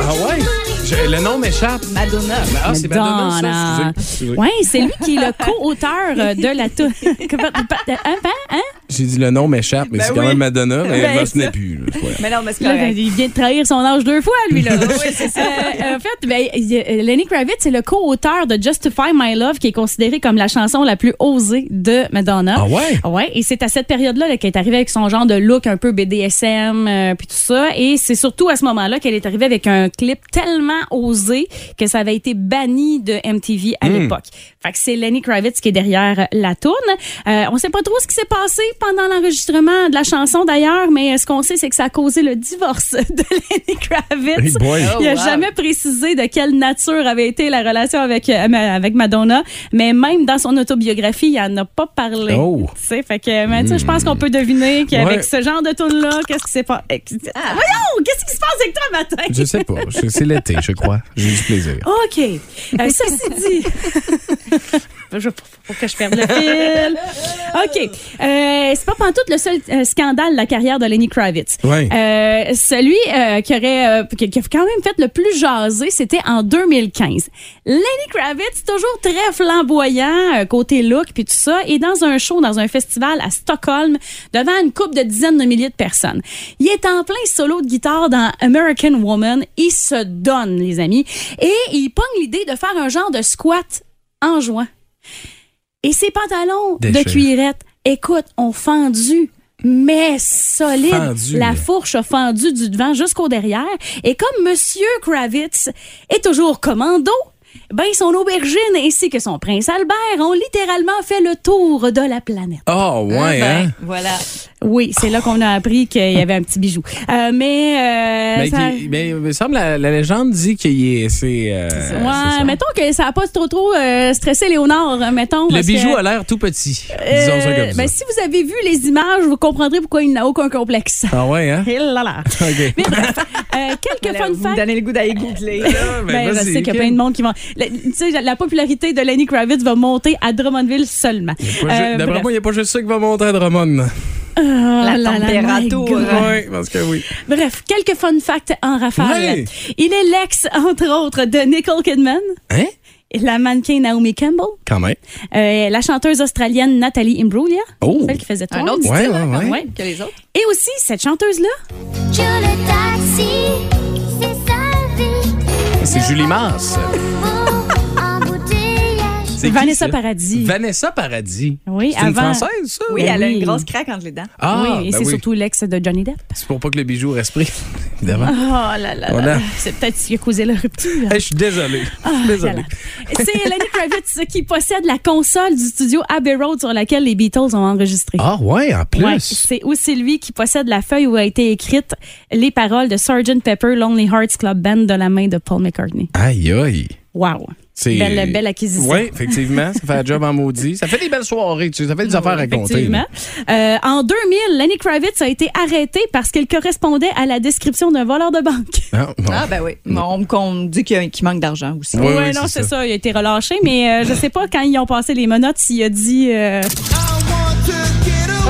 [SPEAKER 4] Ah ouais? Je- le nom m'échappe.
[SPEAKER 5] Madonna.
[SPEAKER 4] Ah, c'est Madonna, ça.
[SPEAKER 9] Madonna.
[SPEAKER 4] excusez. Excusez.
[SPEAKER 9] Oui, c'est lui qui est le co-auteur euh, de la tour. Hein, hein, hein?
[SPEAKER 4] J'ai dit le nom m'échappe, mais
[SPEAKER 5] Ben
[SPEAKER 4] c'est quand
[SPEAKER 5] oui.
[SPEAKER 4] même Madonna, mais
[SPEAKER 5] Ben,
[SPEAKER 4] elle ne
[SPEAKER 5] ça.
[SPEAKER 4] se plus. là. C'est pas grave.
[SPEAKER 5] Mais non, mais c'est
[SPEAKER 9] Là, ben,
[SPEAKER 5] correct.
[SPEAKER 9] il vient de trahir son âge deux fois, lui. Là.
[SPEAKER 5] Oui, c'est ça.
[SPEAKER 9] Euh, en fait, ben, il y a- euh, Lenny Kravitz c'est le co-auteur de Justify My Love, qui est considéré comme la chanson la plus osée de Madonna.
[SPEAKER 4] Ah ouais?
[SPEAKER 9] Ouais, et c'est à cette période-là là, qu'elle est arrivée avec son genre de look un peu BDSM, euh, puis tout ça. Et c'est surtout à ce moment-là qu'elle est arrivée avec un clip tellement osé que ça avait été banni de MTV à
[SPEAKER 4] Hmm.
[SPEAKER 9] l'époque. Fait que c'est Lenny Kravitz qui est derrière euh, la tourne. Euh, on sait pas trop ce qui s'est passé pendant l'enregistrement de la chanson d'ailleurs, mais euh, ce qu'on sait, c'est que ça a causé le divorce de Lenny
[SPEAKER 4] Hey
[SPEAKER 9] Kravitz.
[SPEAKER 4] boy.
[SPEAKER 9] Il n'a
[SPEAKER 5] Oh, wow.
[SPEAKER 9] jamais précisé de quelle nature avait été la relation avec, euh, ma- avec Madonna, mais même dans son autobiographie, il n'en a pas parlé.
[SPEAKER 4] Oh. Hmm.
[SPEAKER 9] Tu sais, fait que, mais tu sais, je pense qu'on peut deviner qu'avec
[SPEAKER 4] Ouais.
[SPEAKER 9] ce genre de tune-là, qu'est-ce qui s'est passé? Voyons, qu'est-ce qui se passe avec toi matin?
[SPEAKER 4] Je sais pas. Je- C'est l'été, je crois. J'ai du plaisir.
[SPEAKER 9] OK. Euh, ceci dit. Je veux pas- faut que je perde le fil. OK. Euh, c'est pas pantoute le seul euh, scandale de la carrière de Lenny Kravitz.
[SPEAKER 4] Ouais.
[SPEAKER 9] Euh, celui euh, qui aurait euh, qui, qui a quand même fait le plus jaser, c'était en 2015. Lenny Kravitz, toujours très flamboyant, euh, côté look puis tout ça, et dans un show, dans un festival à Stockholm, devant une couple de dizaines de milliers de personnes. Il est en plein solo de guitare dans American Woman. Il se donne, les amis. Et il pogne l'idée de faire un genre de squat en juin. Et ses pantalons
[SPEAKER 4] Déchiré.
[SPEAKER 9] de cuirette, écoute, ont fendu, mais solide.
[SPEAKER 4] Fendu,
[SPEAKER 9] La
[SPEAKER 4] là.
[SPEAKER 9] fourche a fendu du devant jusqu'au derrière. Et comme Monsieur Kravitz est toujours commando, ben son aubergine ainsi que son prince Albert ont littéralement fait le tour de la planète.
[SPEAKER 4] Ah
[SPEAKER 9] ben,
[SPEAKER 4] ouais, hein?
[SPEAKER 5] Ben, Voilà.
[SPEAKER 9] Oui, c'est là qu'on a appris qu'il y avait un petit bijou. Euh, mais euh,
[SPEAKER 4] Mais,
[SPEAKER 9] ça-
[SPEAKER 4] qu'il- mais Ben, il me semble la, la légende dit qu'il est. C'est. euh, c'est ça.
[SPEAKER 9] Ouais, mettons que ça n'a pas trop trop euh, stressé Léonard, euh, mettons.
[SPEAKER 4] Le
[SPEAKER 9] parce que-
[SPEAKER 4] bijou a l'air tout petit.
[SPEAKER 9] Euh,
[SPEAKER 4] Disons ça comme ça.
[SPEAKER 9] ben, si vous avez vu les images, vous comprendrez pourquoi il n'a aucun complexe.
[SPEAKER 4] Ah ouais, hein?
[SPEAKER 9] Hé là là.
[SPEAKER 4] OK.
[SPEAKER 9] Mais bref, euh, quelques
[SPEAKER 5] Voilà,
[SPEAKER 9] fun
[SPEAKER 5] Vous me
[SPEAKER 9] facts.
[SPEAKER 5] donnez le goût d'aller googler.
[SPEAKER 4] Ah, ben,
[SPEAKER 9] Ben, je
[SPEAKER 4] vas-y,
[SPEAKER 9] sais qu'il y a
[SPEAKER 4] ok.
[SPEAKER 9] plein de monde qui vont. La, tu sais, la popularité de Lenny Kravitz va monter à Drummondville seulement.
[SPEAKER 4] Pas ju-
[SPEAKER 9] Euh,
[SPEAKER 4] D'après
[SPEAKER 9] bref.
[SPEAKER 4] moi, il n'y a pas juste ça qui va monter à Drummond.
[SPEAKER 9] Oh là
[SPEAKER 5] La
[SPEAKER 9] là, my
[SPEAKER 5] température.
[SPEAKER 9] God.
[SPEAKER 4] Oui, parce que oui.
[SPEAKER 9] Bref, quelques fun facts en rafale.
[SPEAKER 4] Ouais.
[SPEAKER 9] Il est l'ex, entre autres, de Nicole Kidman,
[SPEAKER 4] Hein?
[SPEAKER 9] la mannequin Naomi Campbell,
[SPEAKER 4] Quand même.
[SPEAKER 9] euh, la chanteuse australienne Nathalie Imbruglia,
[SPEAKER 4] Oh.
[SPEAKER 9] celle qui faisait
[SPEAKER 5] Un
[SPEAKER 9] Twins.
[SPEAKER 5] autre
[SPEAKER 4] Ouais,
[SPEAKER 5] style,
[SPEAKER 4] ouais,
[SPEAKER 5] hein, quand
[SPEAKER 4] ouais.
[SPEAKER 5] même, que les autres.
[SPEAKER 9] Et aussi, cette chanteuse-là,
[SPEAKER 10] Que le taxi, c'est sa vie.
[SPEAKER 4] C'est Julie Mars.
[SPEAKER 10] Oh, embouteillage.
[SPEAKER 4] C'est qui,
[SPEAKER 9] Vanessa
[SPEAKER 4] ça?
[SPEAKER 9] Paradis.
[SPEAKER 4] Vanessa Paradis.
[SPEAKER 9] Oui,
[SPEAKER 4] C'est une
[SPEAKER 9] avant-
[SPEAKER 4] française, ça?
[SPEAKER 5] Oui,
[SPEAKER 9] Ben
[SPEAKER 5] elle a
[SPEAKER 9] oui.
[SPEAKER 5] une grosse craque entre les dents.
[SPEAKER 4] Ah,
[SPEAKER 9] oui, et
[SPEAKER 4] ben
[SPEAKER 9] c'est surtout l'ex de Johnny Depp.
[SPEAKER 4] C'est pour pas que le bijou reste pris, évidemment.
[SPEAKER 9] Oh là là,
[SPEAKER 4] Voilà. là.
[SPEAKER 9] c'est peut-être ce qui a causé la rupture.
[SPEAKER 4] Hey, je suis désolé. Je
[SPEAKER 9] Ah,
[SPEAKER 4] suis désolé.
[SPEAKER 9] C'est Lenny Kravitz qui possède la console du studio Abbey Road sur laquelle les Beatles ont enregistré.
[SPEAKER 4] Ah ouais, en plus.
[SPEAKER 9] Ouais, c'est aussi lui qui possède la feuille où a été écrite les paroles de Sgt Pepper Lonely Hearts Club Band de la main de Paul McCartney.
[SPEAKER 4] Aïe aïe.
[SPEAKER 9] Wow.
[SPEAKER 4] C'est-
[SPEAKER 9] Belle- belle acquisition.
[SPEAKER 4] Oui, effectivement. Ça fait un job en maudit. Ça fait des belles soirées, tu sais. Ça fait des affaires à compter.
[SPEAKER 9] Effectivement. Euh, en 2000, Lenny Kravitz a été arrêté parce qu'il correspondait à la description d'un voleur de banque.
[SPEAKER 4] Ah, bon.
[SPEAKER 5] Ah, ben oui. Bon, on me con- me dit qu'il y a- qu'il manque d'argent aussi.
[SPEAKER 4] Ouais,
[SPEAKER 9] Ouais,
[SPEAKER 4] ouais,
[SPEAKER 9] non,
[SPEAKER 4] c'est
[SPEAKER 9] c'est ça. Il a été relâché, mais euh, je sais pas quand ils ont passé les menottes s'il a dit. euh,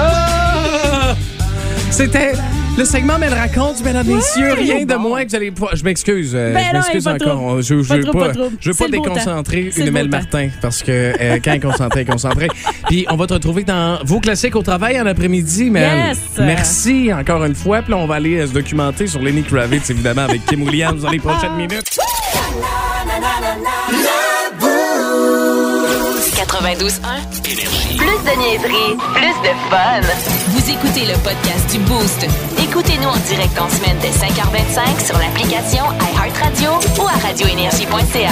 [SPEAKER 4] Ah! C'était le segment Mais le raconte, mesdames et messieurs. Rien de moins que vous allez pouvoir. Je m'excuse. euh,
[SPEAKER 9] Ben
[SPEAKER 4] je
[SPEAKER 9] non,
[SPEAKER 4] m'excuse
[SPEAKER 9] pas de
[SPEAKER 4] encore.
[SPEAKER 9] trouble.
[SPEAKER 4] Je ne
[SPEAKER 9] Pas de
[SPEAKER 4] veux
[SPEAKER 9] trouble,
[SPEAKER 4] pas,
[SPEAKER 9] pas de trouble.
[SPEAKER 4] je veux pas
[SPEAKER 9] C'est le beau temps.
[SPEAKER 4] déconcentrer
[SPEAKER 9] C'est le
[SPEAKER 4] une
[SPEAKER 9] beau
[SPEAKER 4] Mel
[SPEAKER 9] temps.
[SPEAKER 4] Martin parce que euh, quand elle est concentrée, elle est concentrée. Puis on va te retrouver dans vos classiques au travail en après-midi, Mel.
[SPEAKER 9] Yes.
[SPEAKER 4] Merci encore une fois. Puis là, on va aller euh, se documenter sur Lenny Kravitz, évidemment, avec Kim Williams dans les prochaines
[SPEAKER 9] Ah.
[SPEAKER 4] minutes.
[SPEAKER 1] 92.1. Plus de niaiserie, plus de fun. Vous écoutez le podcast du Boost. Écoutez-nous en direct en semaine dès 5h25 sur l'application iHeartRadio ou à radioénergie.ca.